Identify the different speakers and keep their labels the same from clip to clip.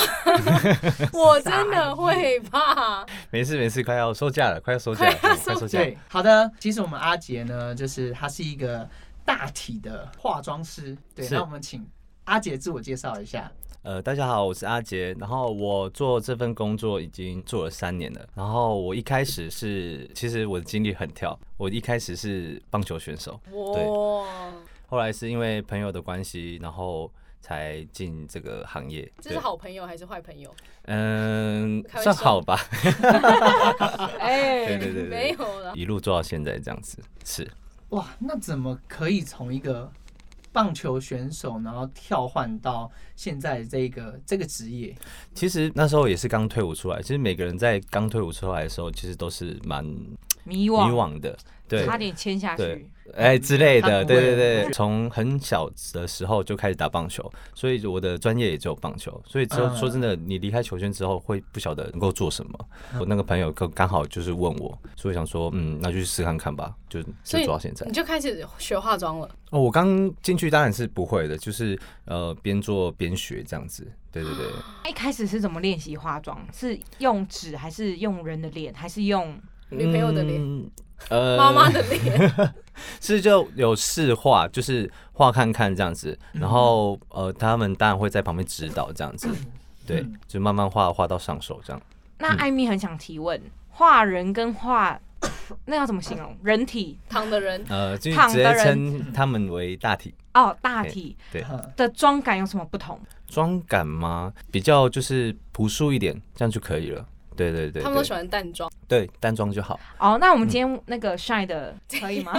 Speaker 1: 我真的会怕。
Speaker 2: 没事没事，快要收假了，快要收假了，哦快收假了。
Speaker 3: 对，好的。其实我们阿杰呢，就是他是一个大体的化妆师。对，
Speaker 2: 是
Speaker 3: 那我们请阿杰自我介绍一下。
Speaker 2: 呃，大家好，我是阿杰，然后我做这份工作已经做了三年了。然后我一开始是，其实我的经历很跳，我一开始是棒球选手，
Speaker 1: 哇，
Speaker 2: 后来是因为朋友的关系，然后才进这个行业。
Speaker 1: 这是
Speaker 2: 对，
Speaker 1: 好朋友还是坏朋友？
Speaker 2: 嗯，
Speaker 1: 开玩笑
Speaker 2: 算好吧。
Speaker 4: 哎
Speaker 2: 对对嗯对
Speaker 1: 没
Speaker 2: 对，
Speaker 1: 有啦，
Speaker 2: 一路做到现在这样子，是
Speaker 3: 哇，那怎么可以从一个棒球选手，然后跳换到现在这个这个职业？
Speaker 2: 其实那时候也是刚退伍出来，其实每个人在刚退伍出来的时候，其实都是蛮迷
Speaker 4: 迷惘，
Speaker 2: 惘的，对，
Speaker 4: 差点签下去
Speaker 2: 对。哎之类
Speaker 3: 他
Speaker 2: 的，
Speaker 3: 不
Speaker 2: 对
Speaker 3: 会
Speaker 2: 对
Speaker 3: 不
Speaker 2: 对。从很小的时候就开始打棒球，所以我的专业也只有棒球，所以之后
Speaker 3: 嗯
Speaker 2: 说真的，你离开球圈之后会不晓得能够做什么。我那个朋友刚刚好就是问我，所以想说，嗯，那就去试看看吧，就就
Speaker 1: 所以嗯
Speaker 2: 做到现在
Speaker 1: 你。就开始学化妆了。
Speaker 2: 哦，我刚进去当然是不会的，就是呃边做边学这样子，对对对。
Speaker 4: 一开始是怎么练习化妆？是用纸，还是用人的脸，还是用
Speaker 1: 女朋友的脸
Speaker 2: 嗯呃，
Speaker 1: 妈妈的脸，
Speaker 2: 是就有试画，就是画看看这样子，
Speaker 3: 嗯
Speaker 2: 然后呃，他们当然会在旁边指导这样子，对
Speaker 3: 嗯，
Speaker 2: 就慢慢画画到上手这样。
Speaker 4: 那艾米很想提问，画人跟画 那要怎么形容？人体
Speaker 1: 躺的人
Speaker 2: 呃，就
Speaker 4: 躺
Speaker 2: 直
Speaker 4: 的
Speaker 2: 接
Speaker 4: 人
Speaker 2: 称他们为大体
Speaker 4: 哦，大体
Speaker 2: 对
Speaker 3: 呵
Speaker 4: 的妆感有什么不同？
Speaker 2: 妆感吗？比较就是朴素一点，这样就可以了。对对 对，
Speaker 1: 他们都
Speaker 2: 对
Speaker 1: 喜欢淡妆。
Speaker 2: 对单妆就好。
Speaker 4: 哦，那我们今天那个 shine 的可以吗？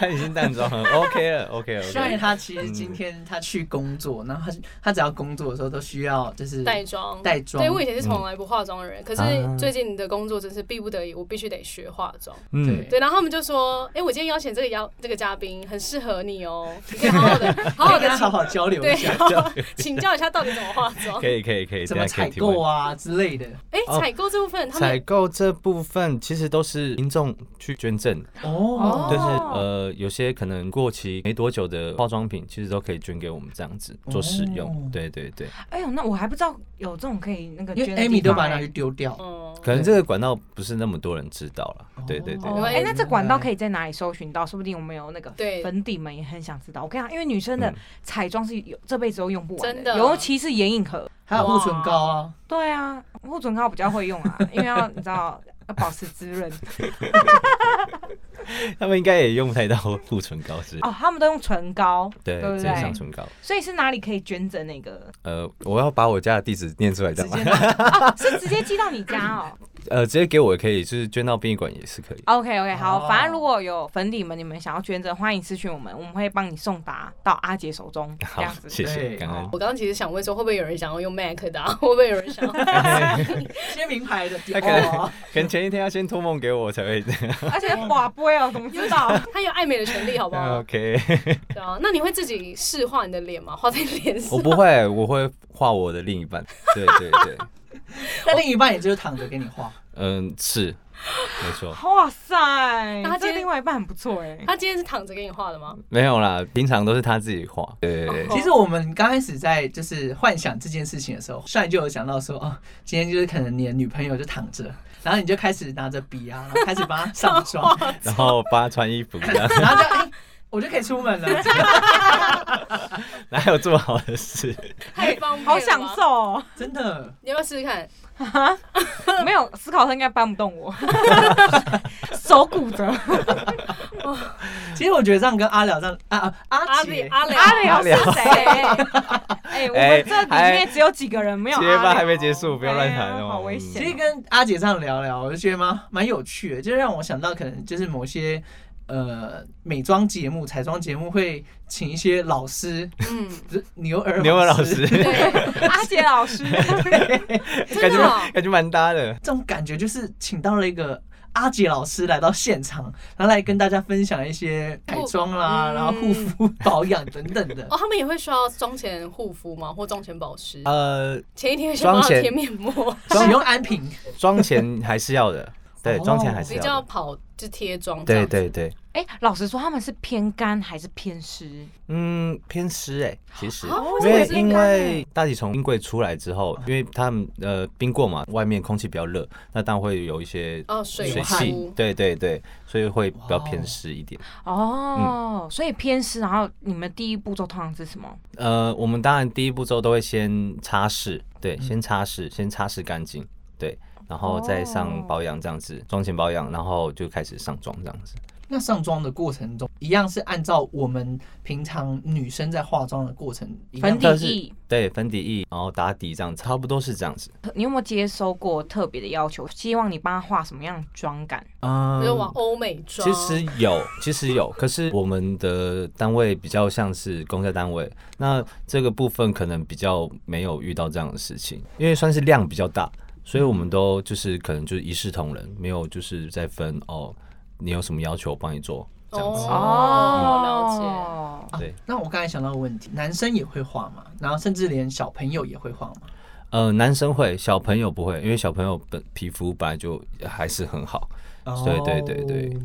Speaker 2: 他已经淡妆了 ，OK 了，OK 了。
Speaker 3: 虽然
Speaker 2: OK 了
Speaker 3: 他其实今天他去工作，然后他他只要工作的时候都需要就是
Speaker 1: 带妆，
Speaker 3: 带妆
Speaker 1: 对我以
Speaker 2: 嗯
Speaker 1: 前是从来不化妆的
Speaker 2: 啊
Speaker 1: 人，可是最近的工作真是逼不得已，我必须得学化妆。
Speaker 2: 嗯，
Speaker 1: 对，然后他们就说：“哎、我今天邀请这个邀这个嘉宾，很适合 你哦，你可以好好的好好
Speaker 3: 跟他
Speaker 1: 的
Speaker 3: 好好交流一
Speaker 1: 对，
Speaker 3: 下，
Speaker 1: 好好 请教一下到底怎么化 妆
Speaker 2: 可。以可以可以，
Speaker 3: 怎么
Speaker 2: 等下可
Speaker 3: 采
Speaker 2: 以提问
Speaker 3: 购啊之类的。”
Speaker 1: 哎、采购这部分他
Speaker 2: 哦采
Speaker 1: 们
Speaker 2: 购这部分其实都是民众去捐赠，
Speaker 3: 哦，
Speaker 2: 就是
Speaker 4: 哦
Speaker 2: 呃，有些可能过期没多久的化妆品，其实都可以捐给我们这样子做使用。
Speaker 3: 哦
Speaker 2: 对对对，
Speaker 4: 哎呦，那我还不知道有这种可以那个
Speaker 3: 因
Speaker 4: 捐
Speaker 3: 为
Speaker 4: 的
Speaker 3: Amy
Speaker 4: 地
Speaker 3: 都
Speaker 4: 方
Speaker 3: 把它拿
Speaker 4: 哎
Speaker 3: 去丢掉。
Speaker 1: 嗯，
Speaker 2: 可能这个管道不是那么多人知道了。对对对
Speaker 3: 哦，
Speaker 4: 哦哎、那这管道可以在哪里搜寻到？说不定我们有那个
Speaker 1: 对
Speaker 4: 粉底们也很想知道。我跟你讲，因为女生的
Speaker 2: 嗯
Speaker 4: 彩妆是有这辈子都用不完
Speaker 1: 真
Speaker 4: 的
Speaker 1: 的
Speaker 4: 尤其是眼影盒。
Speaker 3: 还有护唇膏啊，
Speaker 4: 对啊，护唇膏比较会用啊，因为要你知道要保持滋润
Speaker 2: 他们应该也用不太到护唇膏之类的，
Speaker 4: 哦。他们都用唇膏，
Speaker 2: 对，
Speaker 4: 对不
Speaker 2: 直接
Speaker 4: 对
Speaker 2: 上唇膏。
Speaker 4: 所以是哪里可以捐赠那 个？
Speaker 2: 呃，我要把我家的地址念出来，这样吗？
Speaker 4: 啊，是直接寄到你家 哦。
Speaker 2: 呃，直接给我也可以，就是捐到殡仪馆也是可以。
Speaker 4: OK OK，好，
Speaker 3: 哦
Speaker 4: 反正如果有粉底们你们想要捐赠，欢迎私讯我们，我们会帮你送达到阿杰手中。这
Speaker 2: 好
Speaker 4: 样，子，
Speaker 2: 谢
Speaker 3: 对
Speaker 2: 谢，感恩。
Speaker 1: 我刚刚其实想问说，会不会有人想要用 Mac 的、啊？会 不会有人想要？
Speaker 3: 签名牌 的，
Speaker 2: 那个可能前一天要先托梦给我才会这样。
Speaker 4: 而且哇，不会哦，怎么知 道？
Speaker 1: 他有爱美的权利，好 不好？
Speaker 2: OK，
Speaker 1: 对啊，那你会自己试画你的脸吗？画在脸上
Speaker 2: 我？不会，我会画我的另一半。对对对，
Speaker 3: 但另一半也就是躺着给你画，
Speaker 2: 嗯，是，没错，
Speaker 4: 哇塞，
Speaker 1: 那他今
Speaker 4: 这
Speaker 1: 天
Speaker 4: 另外一半很不错哎、
Speaker 1: 他今天是躺着给你画的吗？
Speaker 2: 没有啦，平常都是他自己画。对对
Speaker 1: 哦
Speaker 2: 对，
Speaker 3: 其实我们刚开始在就是幻想这件事情的时候，帅就有讲到说，哦，今天就是可能你的女朋友就躺着，然后你就开始拿着笔啊，然后开始帮她上妆，
Speaker 2: 然后帮他穿衣服这 样，
Speaker 3: 然后就哎、我就可以出门了。
Speaker 2: 哪有这么好的事？
Speaker 1: 太方便了，
Speaker 4: 好享。受 哦！
Speaker 3: 真的，
Speaker 1: 你要不要试试看？
Speaker 4: 没有思考，他应该搬不动 我，手鼓着。
Speaker 3: 其实我觉得这样跟阿聊这样啊啊阿
Speaker 1: 阿里
Speaker 3: 杰，
Speaker 1: 阿里
Speaker 4: 阿
Speaker 2: 聊
Speaker 4: 聊是谁？哎，我
Speaker 2: 哎
Speaker 4: 们这里面只有几个人，没有阿
Speaker 2: 结
Speaker 4: 聊。
Speaker 2: 巴还没结束不要乱谈
Speaker 4: 哎呀
Speaker 2: 哦
Speaker 4: 好危
Speaker 3: 其实
Speaker 4: 险。
Speaker 3: 跟阿姐这样聊聊，我就觉得蛮蛮有趣的，就让我想到可能就是某些。呃，美妆节目、彩妆节目会请一些老师，
Speaker 1: 嗯，
Speaker 3: 就是牛儿
Speaker 2: 牛文老师，
Speaker 1: 对，
Speaker 4: 阿杰老 师，
Speaker 2: 感
Speaker 1: 真的哦
Speaker 2: 觉感觉蛮搭的。
Speaker 3: 这种感觉就是请到了一个阿杰老师来到现场，然后来跟大家分享一些彩妆啦，
Speaker 1: 嗯
Speaker 3: 然后护肤保养等等的。
Speaker 1: 哦，他们也会需要妆前护肤吗？或妆前保湿？
Speaker 2: 呃，
Speaker 1: 前一天先帮
Speaker 2: 妆
Speaker 1: 他
Speaker 2: 前
Speaker 1: 贴面 膜，
Speaker 2: 妆
Speaker 3: 使用安瓶，
Speaker 2: 妆前还是要的，对，
Speaker 3: 哦
Speaker 2: 妆前还是
Speaker 1: 比较
Speaker 2: 要的。
Speaker 1: 跑就贴妆这
Speaker 2: 对
Speaker 1: 样子。
Speaker 2: 对对，
Speaker 4: 哎，老实说，他们是偏干还是偏湿？
Speaker 2: 嗯，偏湿哎，其实。
Speaker 1: 啊，
Speaker 4: 哦
Speaker 2: 因
Speaker 1: 为
Speaker 2: 为
Speaker 1: 什么
Speaker 2: 因
Speaker 1: 是
Speaker 2: 为大体从冰柜出来之后，因为他们呃冰过嘛，外面空气比较热，那当然会有一些
Speaker 1: 哦水
Speaker 2: 水
Speaker 1: 汗
Speaker 2: 汽，对对对，所以会比较偏湿一点。
Speaker 4: 哦，所以偏湿。然后你们第一步骤通常是什么？
Speaker 2: 呃，我们当然第一步骤都会先擦拭，对，先擦拭，先擦拭干净，对，然后再上保养这样子，妆前保养，然后就开始上妆这样子。
Speaker 3: 那上妆的过程中，一样是按照我们平常女生在化妆的过程一样
Speaker 4: 粉
Speaker 3: 的。
Speaker 4: 底
Speaker 2: 但是
Speaker 4: 液，
Speaker 2: 对，粉底液，然后打底这样子，差不多是这样子。
Speaker 4: 你有没有接收过特别的要求？希望你帮他画什么样的妆感？
Speaker 2: 嗯
Speaker 1: 比如往欧美妆，
Speaker 2: 其实有，其实 有，可是我们的单位比较像是公家单位，那这个部分可能比较没有遇到这样的事情，因为算是量比较大，所以我们都就是可能就是一视同仁，没有就是在分哦，你有什么要求我帮你做这样子。
Speaker 1: 哦哦，了解。
Speaker 4: 哦，
Speaker 3: 啊
Speaker 2: 对，
Speaker 3: 那我刚才想到个问题，男生也会画嘛？然后甚至连小朋友也会画嘛？
Speaker 2: 呃，男生会，小朋友不会，因为小朋友本皮肤本来就还是很好。对对对对
Speaker 3: 哦，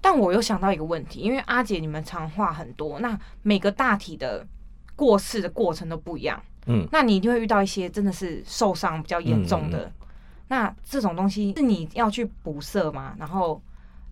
Speaker 4: 但我又想到一个问题，因为阿姐你们常画很多，那每个大体的过世的过程都不一样，
Speaker 2: 嗯，
Speaker 4: 那你一定会遇到一些真的是受伤比较严重的。那这种东西是你要去补色吗？然后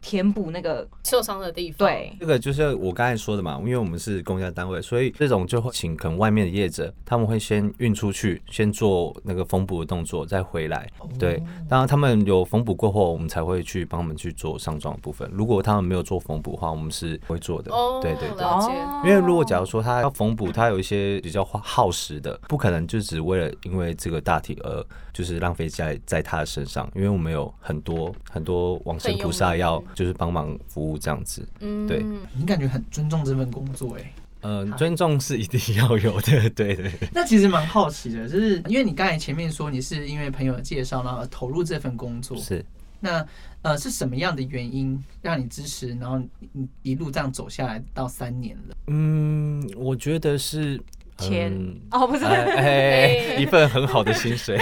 Speaker 4: 填补那个
Speaker 1: 受伤的地方。，
Speaker 4: 对
Speaker 2: 这个就是我刚才说的嘛，因为我们是公家单位，所以这种就会请可能外面的业者，他们会先运出去，先做那个缝补的动作，再回来。
Speaker 1: 哦
Speaker 2: 对，当然他们有缝补过后，我们才会去帮他们去做上妆的部分。如果他们没有做缝补的话，我们是不会做的。
Speaker 1: 哦
Speaker 2: 对对对。
Speaker 1: 了解
Speaker 2: 因为如果假如说他要缝补，他有一些比较耗耗时的，不可能就只为了因为这个大体而就是浪费在在他的身上，因为我们有很多很多往生菩萨要就是帮忙服务这样子。
Speaker 1: 嗯，
Speaker 2: 对
Speaker 3: 你感觉很尊重这份工作哎、
Speaker 2: 嗯，尊重是一定要有的，对对对，
Speaker 3: 那其实蛮好奇的，就是因为你刚才前面说你是因为朋友的介绍，然后投入这份工作，
Speaker 2: 是。
Speaker 3: 那呃是什么样的原因让你支持，然后你你一路这样走下来到三年了？
Speaker 2: 嗯，我觉得是
Speaker 4: 钱、
Speaker 2: 嗯
Speaker 4: 哦，不是，
Speaker 2: 哎哎，哎
Speaker 1: 哎
Speaker 2: 一份很好的薪水，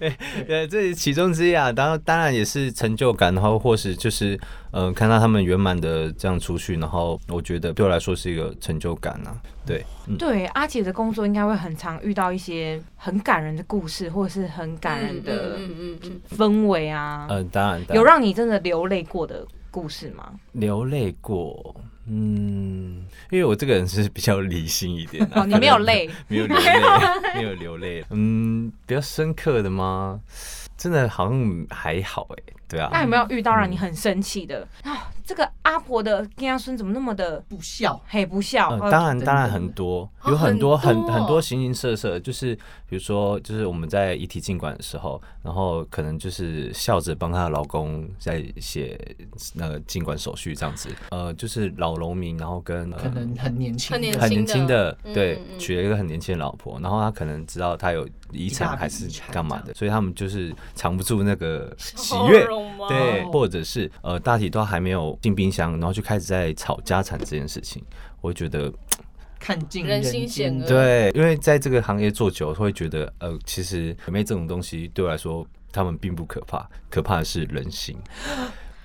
Speaker 2: 对，这是其中之一啊。当然，当然也是成就感，然后或是就是，嗯、看到他们圆满的这样出去，然后我觉得对我来说是一个成就感啊。对，嗯，
Speaker 4: 对阿姐的工作应该会很常遇到一些很感人的故事，或者是很感人的
Speaker 1: 嗯嗯嗯
Speaker 4: 氛围啊。
Speaker 2: 呃，当然，当
Speaker 4: 有
Speaker 2: 然
Speaker 4: 让你真的流泪过的故事 吗？
Speaker 2: 流泪过，嗯，因为我这个人是比较理性一点、啊，
Speaker 4: 哦，你没有泪，
Speaker 2: 没有流泪，没有流泪。嗯，比较深刻的吗？真的好像还好哎、对啊。
Speaker 4: 那有没有遇到让你很生气的
Speaker 2: 嗯
Speaker 4: 啊？这个阿婆的跟她孙怎么那么的
Speaker 3: 不孝，
Speaker 4: 嘿不孝？
Speaker 2: 嗯，
Speaker 4: 呃
Speaker 2: 当然，
Speaker 3: 等
Speaker 2: 当然
Speaker 3: 等
Speaker 2: 很
Speaker 3: 的
Speaker 2: 多，
Speaker 1: 哦
Speaker 2: 有很多
Speaker 1: 很
Speaker 2: 很
Speaker 1: 多
Speaker 2: 很多形形色色，就是比如说，就是我们在遗体尽管的时候，然后可能就是笑着帮她的老公在写那个尽管手续这样子，呃，就是老农民，然后跟、呃
Speaker 3: 可能很年轻，
Speaker 1: 很年
Speaker 2: 很
Speaker 1: 轻
Speaker 2: 年
Speaker 1: 的
Speaker 2: 轻的，
Speaker 1: 嗯
Speaker 2: 对
Speaker 1: 嗯，嗯
Speaker 2: 娶了一个很年轻的老婆，然后他可能知道他有遗
Speaker 3: 一大
Speaker 2: 产
Speaker 3: 笔
Speaker 2: 还
Speaker 3: 遗
Speaker 2: 是
Speaker 3: 产
Speaker 2: 干嘛
Speaker 3: 这
Speaker 2: 的，所以他们就是藏不住那个喜
Speaker 1: 包
Speaker 2: 悦，
Speaker 1: 容啊吗
Speaker 2: 对，
Speaker 3: 哦
Speaker 2: 或者是呃大体都还没有进冰箱，然后就开始在吵家产这件事情，我觉得
Speaker 3: 看尽
Speaker 1: 人心险
Speaker 3: 间
Speaker 1: 恶
Speaker 3: 的。
Speaker 2: 对，因为在这个行业做久，了，会觉得呃，其实鬼妹这种东西对我来说，他们并不可怕，可怕的是人心。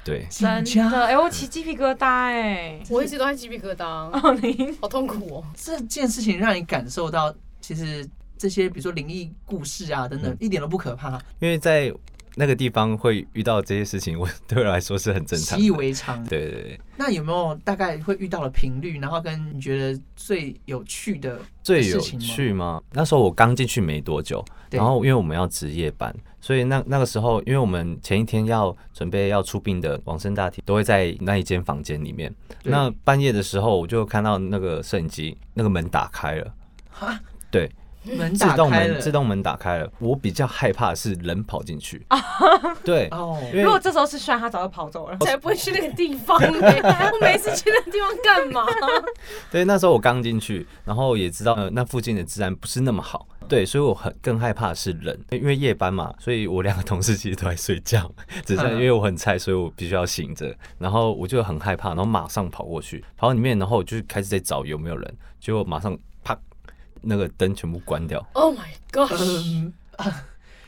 Speaker 2: 对，
Speaker 3: 紧
Speaker 4: 真的，
Speaker 3: 张，
Speaker 4: 哎、我起鸡皮疙瘩哎、
Speaker 1: 我一直都在鸡皮疙瘩，
Speaker 4: 哦，你
Speaker 1: 好痛苦哦。
Speaker 3: 这件事情让你感受到，其实这些比如说灵异故事啊等等
Speaker 2: 嗯，
Speaker 3: 一点都不可怕，
Speaker 2: 因为在那个地方会遇到这些事情，我对我来说是很正常
Speaker 3: 习以
Speaker 2: 的。
Speaker 3: 为常。
Speaker 2: 对对对，
Speaker 3: 那有没有大概会遇到的频率，然后跟你觉得最有趣的
Speaker 2: 最
Speaker 3: 事
Speaker 2: 有
Speaker 3: 情吗
Speaker 2: 趣吗？那时候我刚进去没多久，
Speaker 3: 对
Speaker 2: 然后因为我们要值夜班，所以那那个时候，因为我们前一天要准备要出殡的往生大体，都会在那一间房间里面。
Speaker 3: 对
Speaker 2: 那半夜的时候，我就看到那个摄影机那个门打开了，
Speaker 3: 哈
Speaker 2: 对，
Speaker 1: 嗯
Speaker 3: 门
Speaker 2: 自
Speaker 3: 打
Speaker 2: 动
Speaker 3: 开
Speaker 2: 门
Speaker 3: 了？
Speaker 2: 自动门打开了。我比较害怕的是人跑进去，
Speaker 3: 啊
Speaker 2: 对，
Speaker 3: 哦，
Speaker 2: 因为
Speaker 4: 如果这时候是帅，他早就跑走了。
Speaker 2: 哦
Speaker 1: 才不会去那个地方呢、我每次去那个地方干嘛？
Speaker 2: 对，那时候我刚进去，然后也知道呃那附近的治安不是那么好，对，所以我很更害怕的是人，因为夜班嘛，所以我两个同事其实都在睡觉，只是因为我很菜，所以我必须要醒着，然后我就很害怕，然后马上跑过去，跑到里面，然后我就开始在找有没有人，结果马上啪，那个灯全部关掉，
Speaker 1: Oh my gosh！
Speaker 3: 嗯，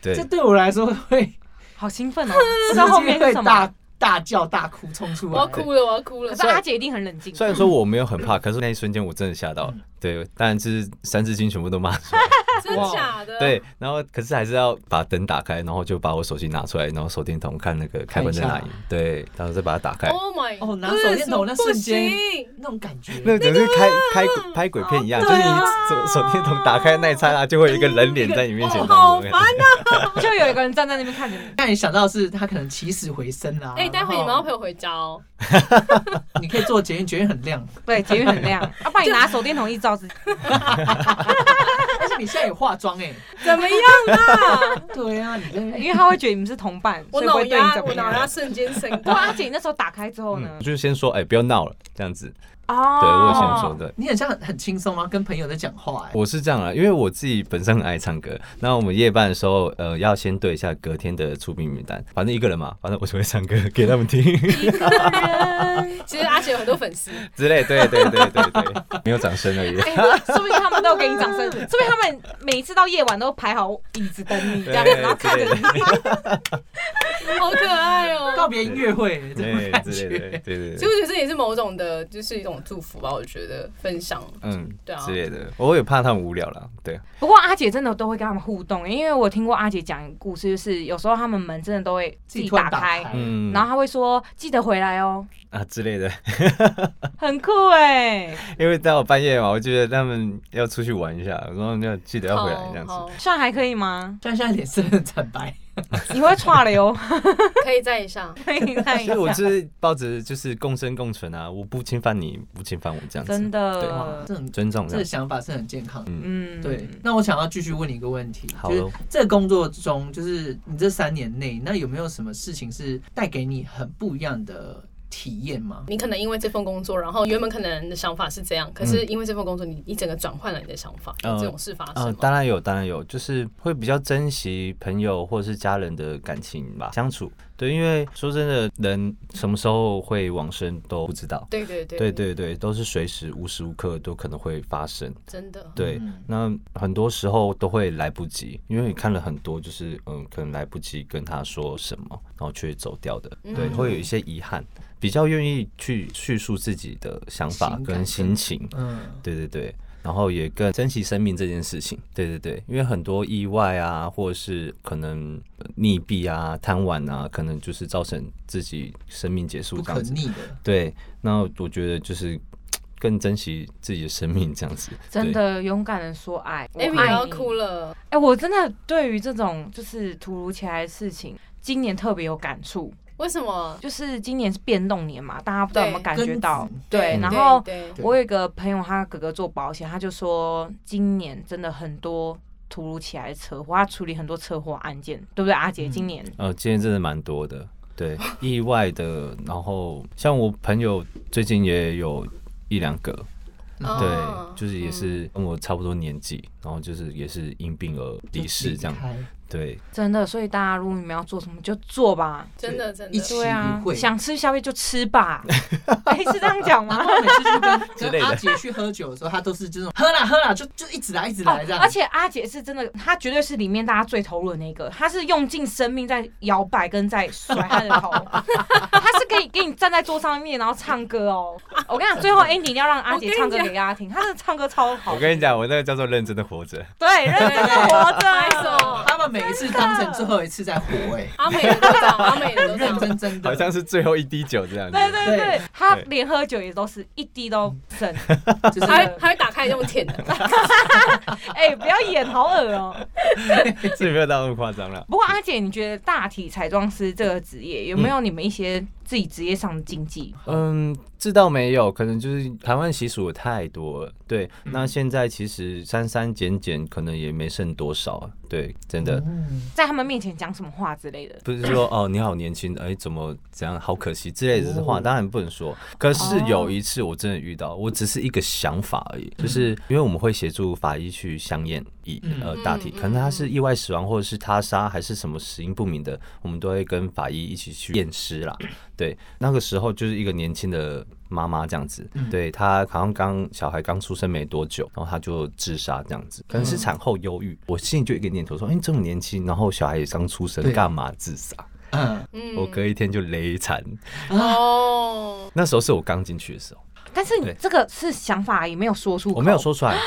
Speaker 2: 对
Speaker 3: 这，对我来说会
Speaker 4: 好兴奋哦！不
Speaker 3: 直
Speaker 4: 知道后面
Speaker 3: 接
Speaker 4: 是
Speaker 3: 会
Speaker 4: 什 么。
Speaker 3: 大大叫大哭冲出
Speaker 1: 我
Speaker 3: 来。
Speaker 1: 要哭了，我要哭
Speaker 4: 可
Speaker 1: 了
Speaker 4: 是。阿姐一定很冷静。
Speaker 2: 虽然说我没有很怕，可是那一瞬间我真的吓到了，对，当然是三字经全部都骂出来。
Speaker 1: 真假的？
Speaker 2: 对，然后可是还是要把灯打开，然后就把我手机拿出来，然后手电筒看那个开关在哪里
Speaker 3: 看一下，
Speaker 2: 对，然后再把它打开。
Speaker 1: ，Oh my！
Speaker 3: 哦拿手电筒那瞬间
Speaker 1: 不行
Speaker 3: 那种感觉，
Speaker 2: 那个就是开开拍鬼片一样，就是你手手电筒打开那一刹那，就会有一个人脸在你面前
Speaker 1: 哦
Speaker 2: 这样
Speaker 1: 好
Speaker 2: 子。
Speaker 1: 烦 啊！
Speaker 4: 就有一个人站在那边看着你，
Speaker 3: 让你想到的是他可能起死回生啦。
Speaker 1: 哎，待会你们
Speaker 3: 然
Speaker 1: 要
Speaker 3: 后
Speaker 1: 陪我回家哦。
Speaker 3: 你可以做捷运，捷运很亮，
Speaker 4: 对，捷运很 亮，啊，不然你拿手电筒一照自己。
Speaker 3: 而且你现在有化妆哎。
Speaker 1: 怎么样啦？
Speaker 3: 对啊，你真
Speaker 4: 因为他会觉得你们是同伴，所
Speaker 1: 我
Speaker 4: 以不
Speaker 1: 脑
Speaker 4: 会对你
Speaker 1: 压，
Speaker 4: 怎么
Speaker 1: 我脑
Speaker 4: 样
Speaker 1: 压。瞬间升
Speaker 4: 不 过
Speaker 1: 高。
Speaker 4: 阿姐你那时候打开之后呢
Speaker 2: 嗯，？就是先说，哎，不要闹了，这样子。
Speaker 4: 哦，
Speaker 2: 对我有先说，对。
Speaker 3: 你很像很轻松啊，跟朋友在讲话哎。
Speaker 2: 我是这样啊啦，因为我自己本身很爱唱歌。那我们夜班的时候，呃，要先对一下隔天的出殡名单。反正一个人嘛，反正我只会唱歌给他们听
Speaker 1: 其实阿姐有很多粉丝，
Speaker 2: 之类。对对对对对，没有掌声而已。
Speaker 4: 哎，说不定他们都有给你掌 声，说不定他们每一次到夜晚都排好椅子等你这样子，
Speaker 2: 对
Speaker 4: 然后看着
Speaker 2: 之
Speaker 4: 你
Speaker 2: 类。
Speaker 1: 好可爱
Speaker 3: 告
Speaker 1: 哦。
Speaker 3: 别音乐会哎这种
Speaker 2: 对
Speaker 3: 感
Speaker 2: 之类的，
Speaker 3: 觉。
Speaker 2: 对对
Speaker 1: 其实
Speaker 2: 对，
Speaker 1: 我觉得这也是某种的，就是一种祝福吧。我觉得分享，
Speaker 2: 嗯，
Speaker 1: 对啊
Speaker 2: 之类的，我也怕他们无聊了，对，
Speaker 4: 不过阿姐真的都会跟他们互动，因为我听过阿姐讲一个故事，就是有时候他们门真的都会自己打开，
Speaker 3: 自己突然打开
Speaker 2: 嗯，
Speaker 4: 然后她会说记得回来哦，
Speaker 2: 啊之类的，
Speaker 4: 很酷哎、
Speaker 2: 因为到半夜嘛，我觉得他们要出去玩一下，然后要记得要回来这样子，
Speaker 1: 好，
Speaker 4: 算还可以吗？
Speaker 3: 虽然现在脸色很惨白，
Speaker 4: 你会岔了哟，
Speaker 1: 可以再一下。
Speaker 4: 可以看一
Speaker 2: 所以我
Speaker 4: 下，
Speaker 2: 是抱着就是共生共存啊，我不侵犯你，不侵犯我这样
Speaker 4: 真
Speaker 2: 子，
Speaker 3: 哇，
Speaker 4: 的，
Speaker 3: 这种
Speaker 2: 尊重
Speaker 3: 这个
Speaker 2: 这样子，
Speaker 3: 想法是很健康的。
Speaker 4: 啊嗯，
Speaker 3: 对，那我想要继续问你一个问题，
Speaker 2: 好
Speaker 3: 就
Speaker 2: 哦
Speaker 3: 是这工作中，就是你这三年内，那有没有什么事情是带给你很不一样的体验吗？
Speaker 1: 你可能因为这份工作，然后原本可能的想法是这样，可是因为这份工作，你一整个转换了你的想法，有
Speaker 2: 嗯呃
Speaker 1: 这种事发生
Speaker 2: 呃，
Speaker 1: 吗？
Speaker 2: 当然有，当然有，就是会比较珍惜朋友或者是家人的感情吧，相处。对，因为说真的，人什么时候会往生都不知道。
Speaker 1: 对对对
Speaker 2: 对，对对，都是随时无时无刻都可能会发生。
Speaker 1: 真的。
Speaker 2: 对
Speaker 3: 嗯，
Speaker 2: 那很多时候都会来不及，因为你看了很多，就是嗯，可能来不及跟他说什么，然后却走掉的，对，
Speaker 1: 嗯
Speaker 2: 会有一些遗憾。比较愿意去叙述自己的想法
Speaker 3: 情感
Speaker 2: 跟心情，
Speaker 3: 嗯，
Speaker 2: 对对对，然后也更珍惜生命这件事情，对对对，因为很多意外啊，或者是可能呃溺毙啊、贪玩啊，可能就是造成自己生命结束
Speaker 3: 不
Speaker 2: 这
Speaker 3: 可
Speaker 2: 样子。
Speaker 3: 逆的。
Speaker 2: 对，那我觉得就是更珍惜自己的生命这样子，
Speaker 4: 真
Speaker 2: 对。
Speaker 4: 的勇敢的说爱，我
Speaker 1: 艾
Speaker 4: 爱
Speaker 1: 米
Speaker 4: 你。
Speaker 1: 要哭了，
Speaker 4: 哎、我真的对于这种就是突如其来的事情，今年特别有感触。
Speaker 1: 为什么？
Speaker 4: 就是今年是变动年嘛，大家不知道有没有
Speaker 1: 对
Speaker 4: 感觉到
Speaker 3: 庚子？
Speaker 4: 对，
Speaker 2: 嗯
Speaker 4: 然后
Speaker 1: 对对
Speaker 3: 对
Speaker 4: 我有一个朋友，他哥哥做保险，他就说今年真的很多突如其来的车祸，他处理很多车祸案件，对不对？阿姐，
Speaker 3: 嗯
Speaker 4: 今年
Speaker 2: 呃，今天真的蛮多的，对，意外的，然后像我朋友最近也有一两个，
Speaker 1: 哦
Speaker 3: 嗯
Speaker 1: 嗯
Speaker 2: 对，就是也是跟我差不多年纪，然后就是也是因病而离世这样
Speaker 3: 离，开
Speaker 2: 对，
Speaker 4: 真的，所以大家如果你们要做什么就做吧，
Speaker 1: 真的真
Speaker 3: 一
Speaker 1: 的
Speaker 3: 起
Speaker 4: 对啊
Speaker 3: 一，会
Speaker 4: 想吃宵夜就吃吧，哎、是这样讲吗？
Speaker 3: 每次就
Speaker 2: 之
Speaker 3: 跟
Speaker 2: 类
Speaker 3: 跟
Speaker 2: 的
Speaker 3: 阿杰去喝酒的时候，他都是这种喝啦喝啦，就就一直来一直
Speaker 4: 哦
Speaker 3: 来这样。
Speaker 4: 而且阿杰是真的，他绝对是里面大家最投入的那个，他是用尽生命在摇摆跟在甩他的头，他是可以给你站在桌上面然后唱歌哦。我跟你讲，最后 Andy 一定要让阿杰唱歌给大家听，他真的唱歌超好。
Speaker 2: 我跟你，讲，我那个叫做认真的活着，
Speaker 4: 对，认真的活
Speaker 1: 拍
Speaker 4: 着。
Speaker 1: 手，
Speaker 3: 他们每一次当
Speaker 4: 哦
Speaker 3: 成最后一次在活，哎，
Speaker 1: 阿美也 都这样，阿美也都这
Speaker 3: 认
Speaker 1: 样。
Speaker 3: 真真的，
Speaker 2: 好像是最后一滴酒这样子。
Speaker 4: 对对对
Speaker 3: 对，
Speaker 4: 他连喝酒也都是一滴都不剩。
Speaker 3: 就是
Speaker 1: 还会还会打开用舔的，
Speaker 4: 哎，不要演，好恶哦。
Speaker 2: 这没有到那么夸张了。
Speaker 4: 不过阿姐，你觉得大体彩妆师这个职业有没有你们一些自己职业上的禁忌？
Speaker 2: 嗯，这倒没有，可能就是台湾习俗太多了。对，
Speaker 3: 嗯
Speaker 2: 那现在其实删删减减，可能也没剩多少。对，真的。
Speaker 3: 嗯
Speaker 4: 在他们面前讲什么话之类的？
Speaker 2: 不是说哦，你好年轻，哎，怎么怎样，好可惜之类的话，
Speaker 3: 哦
Speaker 2: 当然不能说。可是有一次我真的遇到，我只是一个想法而已，就是因为我们会协助法医去相验以
Speaker 3: 嗯
Speaker 2: 呃大体，
Speaker 1: 哦嗯
Speaker 2: 可能他是意外死亡，或者是他杀，还是什么死因不明的，我们都会跟法医一起去验尸啦。对，那个时候就是一个年轻的妈妈这样子，
Speaker 3: 嗯
Speaker 2: 对她好像刚小孩刚出生没多久，然后她就自杀这样
Speaker 3: 嗯
Speaker 2: 子，可能是产后忧郁。我心里就有一个念头说，哎、这么年轻，然后小孩也刚出生，
Speaker 3: 对
Speaker 2: 干嘛自杀？
Speaker 3: 嗯，
Speaker 1: 嗯
Speaker 2: 我隔一天就累惨。
Speaker 1: 哦，
Speaker 2: 那时候是我刚进去的时候，
Speaker 4: 但是你
Speaker 2: 对
Speaker 4: 这个是想法也没有说出
Speaker 3: 嗯
Speaker 4: 口，
Speaker 2: 我没有说出来，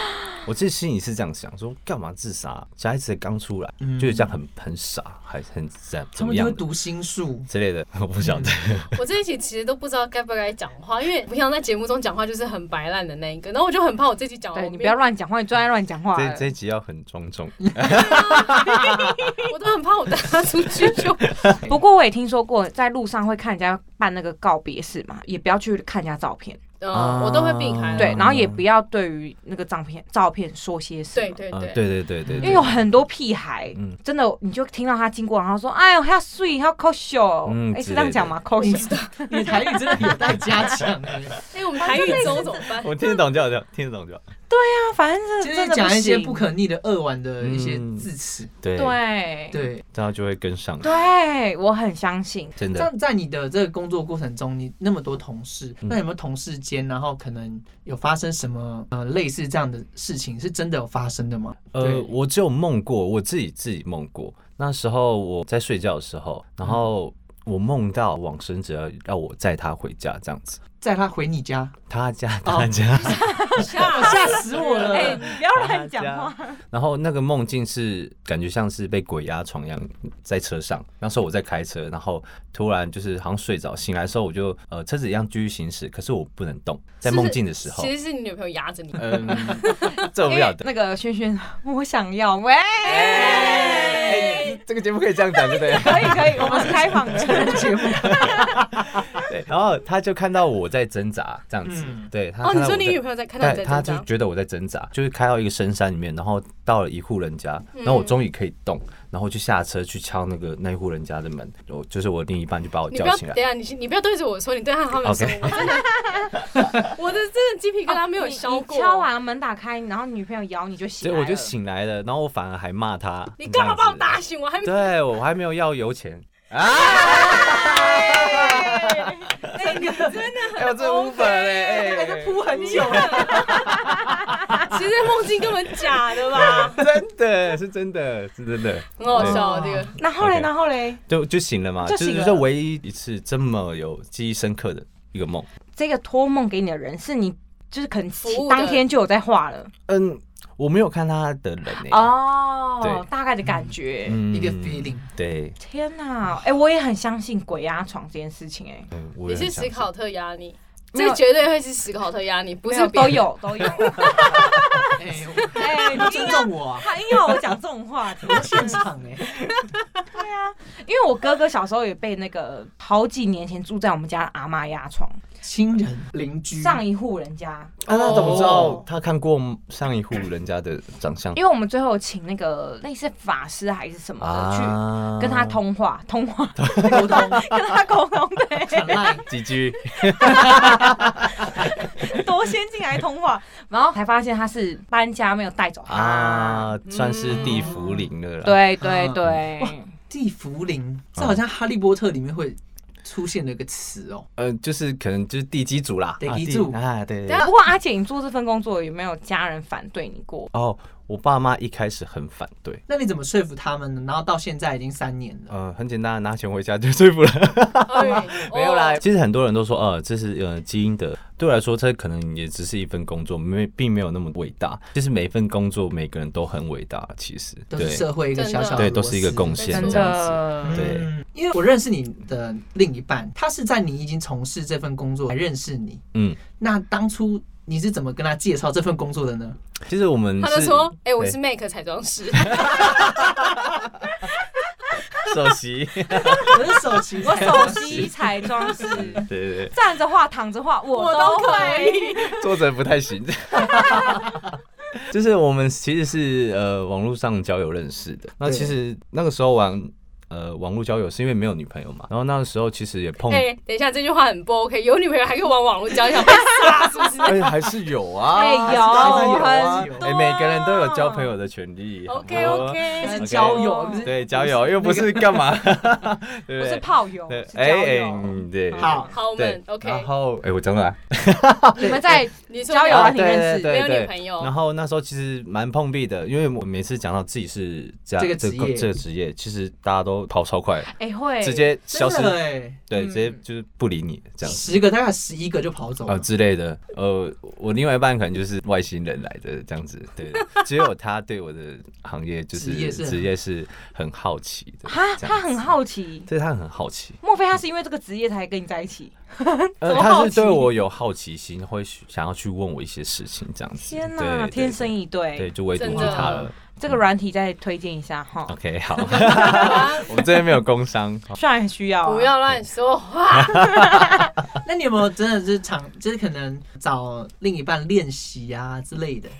Speaker 2: 我自己心里是这样想，说干嘛自杀？小孩子刚出来，就是这样很很傻，还很这样
Speaker 3: 嗯他
Speaker 2: 怎么
Speaker 3: 们就会
Speaker 2: 样的
Speaker 3: 读嗯心术，
Speaker 2: 之类的，我不晓得。
Speaker 1: 我这一集其实都不知道该不该讲话，因为平常在节目中讲话就是很白烂的那一个，然后我就很怕我这集讲完，
Speaker 4: 对
Speaker 1: 我
Speaker 4: 你不
Speaker 1: 变
Speaker 4: 要乱讲话，你最爱乱讲话了
Speaker 2: 这这一集要很庄重，
Speaker 1: 我都很怕我带他出去 就
Speaker 4: 不过我也听说过，在路上会看人家办那个告别式嘛，也不要去看人家照片，
Speaker 1: 嗯，我都会避开。
Speaker 2: 啊
Speaker 4: 对，然后也不要对于那个照片照片说些什
Speaker 1: 对
Speaker 4: 么。
Speaker 1: 对
Speaker 2: 嗯，
Speaker 1: 对，
Speaker 2: 对对对对
Speaker 4: 因为
Speaker 2: 对，
Speaker 4: 有很多屁孩，
Speaker 2: 嗯
Speaker 4: 真的，你就听到他经过，然后说：“哎呦，他睡，他抠秀。”
Speaker 2: 嗯
Speaker 4: 哎，是
Speaker 2: 之
Speaker 4: 这样
Speaker 2: 类
Speaker 4: 讲
Speaker 2: 的
Speaker 4: 吗？抠秀，
Speaker 1: 嗯
Speaker 3: 你台语真的有待加 强哎。
Speaker 1: 哎，我们台语周怎么办？
Speaker 2: 我听得懂就好，听得懂就好。
Speaker 4: 那啊反正
Speaker 3: 就是是
Speaker 4: 真的
Speaker 3: 讲一些
Speaker 4: 行
Speaker 3: 不可逆的恶玩的一些
Speaker 2: 嗯
Speaker 3: 字词，
Speaker 2: 对，
Speaker 4: 对啊
Speaker 3: 对。
Speaker 2: 这样就会跟上，
Speaker 1: 啊
Speaker 4: 对，我很相信。
Speaker 2: 真的。
Speaker 3: 在在你的这个工作过程中，你那么多同事，
Speaker 2: 嗯
Speaker 3: 那有没有同事间，然后可能有发生什么呃类似这样的事情，是真的有发生的吗？
Speaker 2: 呃，
Speaker 3: 对
Speaker 2: 我只有梦过，我自己自己梦过。那时候我在睡觉的时候，然
Speaker 1: 嗯
Speaker 2: 后我梦到往生者要要我载他回家，这样子。
Speaker 3: 在他回你家，
Speaker 2: 他家，
Speaker 3: 哦
Speaker 2: 他家，
Speaker 1: 吓
Speaker 3: 吓死我了！
Speaker 4: 哎，你不要乱讲
Speaker 2: 呃大
Speaker 4: 话。
Speaker 2: 然后那个梦境是感觉像是被鬼压床一样，在车上。那时候我在开车，然后突然就是好像睡着，醒来的时候我就呃车子一样继续行驶，可是我不能动，在梦境的时候
Speaker 1: 其，实是你女朋友压着你。
Speaker 2: 嗯，这我不晓得。
Speaker 4: 那个轩轩，我想要喂，
Speaker 2: 哎，这个节目可以这样讲，对不对？
Speaker 4: 可以可以，我们是开放 的。
Speaker 3: 节目
Speaker 2: 对，然后他就看到我在挣扎，这样子。
Speaker 3: 嗯
Speaker 2: 对，他
Speaker 1: 哦，
Speaker 2: 看
Speaker 1: 你
Speaker 2: 到
Speaker 1: 说
Speaker 2: 我
Speaker 1: 你
Speaker 2: 在
Speaker 1: 女朋友在看到你
Speaker 2: 对，
Speaker 1: 在
Speaker 2: 他
Speaker 1: 紧
Speaker 2: 就
Speaker 1: 张，
Speaker 2: 觉得我在挣扎，就是开到一个深山里面，然后到了一户人家，
Speaker 1: 嗯
Speaker 2: 然后我终于可以动，然后就下车去敲那个那一户人家的门，我就是我另一半就把我
Speaker 1: 你不
Speaker 2: 叫
Speaker 1: 要
Speaker 2: 醒
Speaker 1: 等
Speaker 2: 来
Speaker 1: 一。下，你你不要对着我说，你对他他们说
Speaker 2: 啊 OK
Speaker 1: 我真的， 我的真的鸡皮疙瘩没有消过。
Speaker 4: 哦你敲啊完门打开，然后女朋友咬你就醒
Speaker 2: 所以
Speaker 4: 来了，
Speaker 2: 我就醒来了，然后我反而还骂他，
Speaker 1: 你干嘛
Speaker 2: 这样子啊
Speaker 1: 把我打？醒？我还没
Speaker 2: 对我还没有要油 钱啊！
Speaker 4: 哎。你真的
Speaker 2: 哎呦， 这无粉哎，哎？
Speaker 1: 啊
Speaker 4: 哭很久了，
Speaker 1: 其实梦境根本假的吧
Speaker 2: 哎 真的是真的是真的，
Speaker 1: 很好
Speaker 2: 对
Speaker 1: 笑啊这个。
Speaker 4: 然后嘞，
Speaker 2: OK
Speaker 4: 然后嘞，
Speaker 2: 就就醒了嘛，
Speaker 4: 就
Speaker 2: 就
Speaker 4: 醒
Speaker 2: 是
Speaker 4: 了
Speaker 2: 这唯一一次这么有记忆深刻的一个梦。
Speaker 4: 这个托梦给你的人是你，就是可能
Speaker 1: 服务的
Speaker 4: 当天就有在画了
Speaker 2: 嗯，我没有看他的人哎，
Speaker 4: 哦
Speaker 2: 对，
Speaker 4: 大概的感觉。
Speaker 2: 嗯
Speaker 3: 一个 feeling
Speaker 2: 对，
Speaker 4: 天哪，哎、我也很相信鬼压床这件事情、哎，
Speaker 2: 嗯，我
Speaker 1: 你
Speaker 2: 也
Speaker 1: 是
Speaker 2: 很想
Speaker 1: 史考特压你，
Speaker 4: 没有
Speaker 1: 这绝对会是史考特压你，不
Speaker 4: 不
Speaker 1: 是别
Speaker 4: 都
Speaker 1: 人。
Speaker 4: 有都有，
Speaker 3: 哎、
Speaker 4: 哎、
Speaker 3: 你
Speaker 4: 你
Speaker 3: 不
Speaker 4: 硬
Speaker 3: 尊
Speaker 4: 要
Speaker 3: 重我、 啊，
Speaker 4: 他硬要我讲这种话题，
Speaker 3: 我现场哎、
Speaker 4: 对啊，因为我哥哥小时候也被那个好几年前住在我们家的阿妈压床，
Speaker 3: 亲人邻
Speaker 2: 嗯
Speaker 3: 居
Speaker 4: 上一户人家，
Speaker 2: 啊，那怎么知
Speaker 3: 哦
Speaker 2: 道他看过上一户人家的长相
Speaker 4: 因为我们最后请那个类似法师还是什么的去。
Speaker 2: 啊？
Speaker 4: 跟他 通话，通话，
Speaker 3: 沟通
Speaker 4: 跟他沟通，对
Speaker 3: 很赖，
Speaker 2: 几句，
Speaker 4: 对头先进来通话，然后才发现他是搬家没有带走他。
Speaker 2: 啊，算是地福林了啦。，
Speaker 4: 嗯对对
Speaker 3: 啊
Speaker 4: 对，
Speaker 3: 地茯苓，这好像《哈利波特》里面会出现的一个词哦。
Speaker 2: 呃，就是可能就是地基组啦，
Speaker 3: 地
Speaker 2: 啊
Speaker 3: 基组
Speaker 2: 啊，对对
Speaker 1: 对
Speaker 2: 对
Speaker 1: 啊。
Speaker 4: 不过阿姐，你做这份工作有没有家人反对你过？
Speaker 2: 哦，我爸妈一开始很反对，
Speaker 3: 那你怎么说服他们呢？然后到现在已经三年了，
Speaker 2: 呃，很简单，拿钱回家就说服了。
Speaker 1: 哎
Speaker 2: 没有啦，
Speaker 1: 哦
Speaker 2: 其实很多人都说，呃，这是呃基因的。对我来说，这可能也只是一份工作，没并没有那么伟大。其实每一份工作，每个人都很伟大，其实
Speaker 3: 都
Speaker 2: 对
Speaker 3: 是社会一个小小的
Speaker 2: 对，
Speaker 3: 螺
Speaker 2: 都是一个
Speaker 3: 丝
Speaker 2: 贡
Speaker 1: 真
Speaker 2: 献
Speaker 1: 的
Speaker 2: 这样子。对
Speaker 3: 嗯，因为我认识你的另一半，他是在你已经从事这份工作才认识你。
Speaker 2: 嗯，
Speaker 3: 那当初你是怎么跟他介绍这份工作的呢？
Speaker 2: 其实我们
Speaker 1: 他就是说：“哎、我是 Make 彩妆师。
Speaker 2: 首席，
Speaker 3: 我是首席，
Speaker 4: 我首席彩妆师，
Speaker 2: 对对
Speaker 4: 站着画、躺着画，我都会。
Speaker 2: 对，作者不太行。 就是我们其实是呃网络上交友认识的。那
Speaker 3: 对
Speaker 2: 其实那个时候玩呃网络交友是因为没有女朋友嘛，然后那个时候其实也碰，
Speaker 1: 哎、等一下，这句话很不 OK。有女朋友还可以玩网络交友，想被杀是不是？
Speaker 2: 哎、还是有啊，
Speaker 4: 哎
Speaker 2: 还是
Speaker 4: 有
Speaker 2: 还是有啊
Speaker 3: 很
Speaker 2: 哎、每个人都有交朋友的权利。
Speaker 1: OK
Speaker 2: 好不好
Speaker 1: OK，
Speaker 2: OK
Speaker 3: 交友，不是
Speaker 2: 对，交友又不是干嘛，对
Speaker 4: 不
Speaker 2: 不
Speaker 4: 是
Speaker 2: 对？
Speaker 4: 炮友，
Speaker 2: 对哎
Speaker 4: 是，交友。
Speaker 2: 嗯对，
Speaker 3: 好
Speaker 1: 好
Speaker 2: 对
Speaker 1: 们 OK。
Speaker 2: 然后，哎，我讲哪？
Speaker 4: 你们在
Speaker 1: 你说
Speaker 4: 交友
Speaker 1: 啊
Speaker 4: 软体认识
Speaker 2: 对
Speaker 1: 没
Speaker 2: 对
Speaker 1: 有女朋友，
Speaker 2: 然后那时候其实蛮碰壁的，因为我每次讲到自己是这样
Speaker 3: 这个职业
Speaker 2: 这个职业，其实大家都跑超快，
Speaker 4: 哎会
Speaker 2: 直接消
Speaker 3: 真
Speaker 2: 失，
Speaker 3: 的哎，
Speaker 2: 对，
Speaker 4: 嗯
Speaker 2: 直接就是不理你这样子。
Speaker 3: 十个大概十一个就跑走
Speaker 2: 呃
Speaker 3: 了。
Speaker 2: 之类的，呃，我另外一半可能就是外星人来的这样子，对，只有他对我的行业就
Speaker 3: 职
Speaker 2: 是
Speaker 3: 业是很
Speaker 2: 职业是很好奇的，
Speaker 4: 哈，
Speaker 2: 这样子
Speaker 4: 他很，好奇，
Speaker 2: 对他很好奇，
Speaker 4: 莫非他是因为这个职业才跟你在一起？怎
Speaker 2: 呃，
Speaker 4: 么好
Speaker 2: 他
Speaker 4: 奇
Speaker 2: 是对我有好奇心，会想要去问我一些事情这样子。
Speaker 4: 天
Speaker 2: 对
Speaker 4: 哪，
Speaker 2: 对
Speaker 4: 天生一
Speaker 2: 对，对
Speaker 4: 对。
Speaker 2: 就唯独
Speaker 1: 真
Speaker 2: 是
Speaker 1: 的
Speaker 2: 他了。
Speaker 4: 这个软体再推荐一下哈，
Speaker 2: OK，好， 啊我们这边没有工伤。好
Speaker 4: 虽然很需要啊，
Speaker 1: 不要乱说话。
Speaker 3: 那你有没有真的是常，就是可能找另一半练习啊之类的？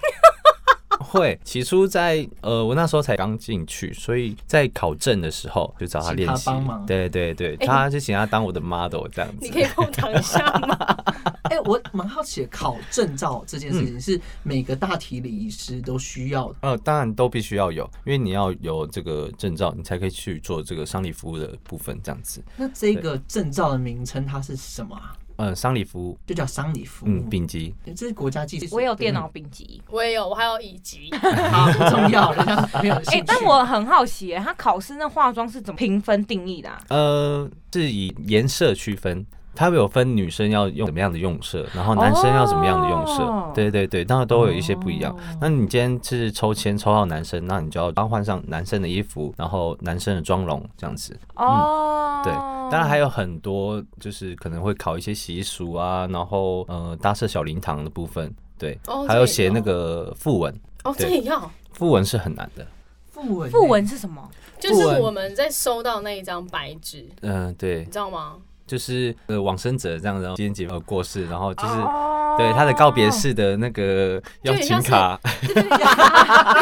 Speaker 2: 会起初在呃，我那时候才刚进去，所以在考证的时候就找他
Speaker 3: 请
Speaker 2: 练
Speaker 3: 他
Speaker 2: 习
Speaker 3: 帮。忙
Speaker 2: 对对对，
Speaker 1: 哎
Speaker 2: 他就请他当我的 model 这样
Speaker 1: 你
Speaker 2: 子
Speaker 1: 可。以帮我躺一下吗？
Speaker 3: 哎、我蛮好奇的，考证照这件事情是每个大体礼仪师都需要的。
Speaker 2: 呃，当然都必须要有，因为你要有这个证照，你才可以去做这个丧礼服务的部分，这样子。
Speaker 3: 那这个证照的名称它是什么啊？
Speaker 2: 嗯、丧礼服务，
Speaker 3: 就叫丧礼服务。
Speaker 2: 嗯，丙级，
Speaker 3: 这是国家技术，
Speaker 4: 我有电脑丙级。
Speaker 2: 嗯
Speaker 1: 我也有，我还有乙级。
Speaker 3: 好不重要， 人家没有兴
Speaker 4: 哎、
Speaker 3: 趣。
Speaker 4: 但我很好奇哎耶，他考试那化妆是怎么评分定义的、啊？
Speaker 2: 呃，是以颜色区分。它有分女生要用怎么样的用色，然后男生要怎么样的用色，
Speaker 4: 哦
Speaker 2: 对对对，当然都会有一些不一样。那你今天是抽签抽到男生，那你就要帮换上男生的衣服，然后男生的妆容这样子。
Speaker 4: 哦、
Speaker 2: 嗯对，当然还有很多就是可能会考一些习俗啊，然后呃搭设小灵堂的部分，对，
Speaker 1: 哦
Speaker 2: 还
Speaker 1: 这也
Speaker 2: 有写
Speaker 1: 有
Speaker 2: 那个副文，
Speaker 1: 哦，这
Speaker 2: 对
Speaker 1: 也要，
Speaker 2: 副文是很难的。
Speaker 3: 副文，
Speaker 4: 副，文是什么？
Speaker 1: 就是
Speaker 2: 文
Speaker 1: 我们在收到那一张白纸，
Speaker 2: 嗯、对
Speaker 1: 你，知道吗？
Speaker 2: 就是呃往生者这样，然后今天节目过世，然后就是。
Speaker 4: 哦
Speaker 2: 对他的告别式的那个邀
Speaker 1: 就很
Speaker 2: 请
Speaker 1: 像是
Speaker 2: 卡，
Speaker 1: 对对对，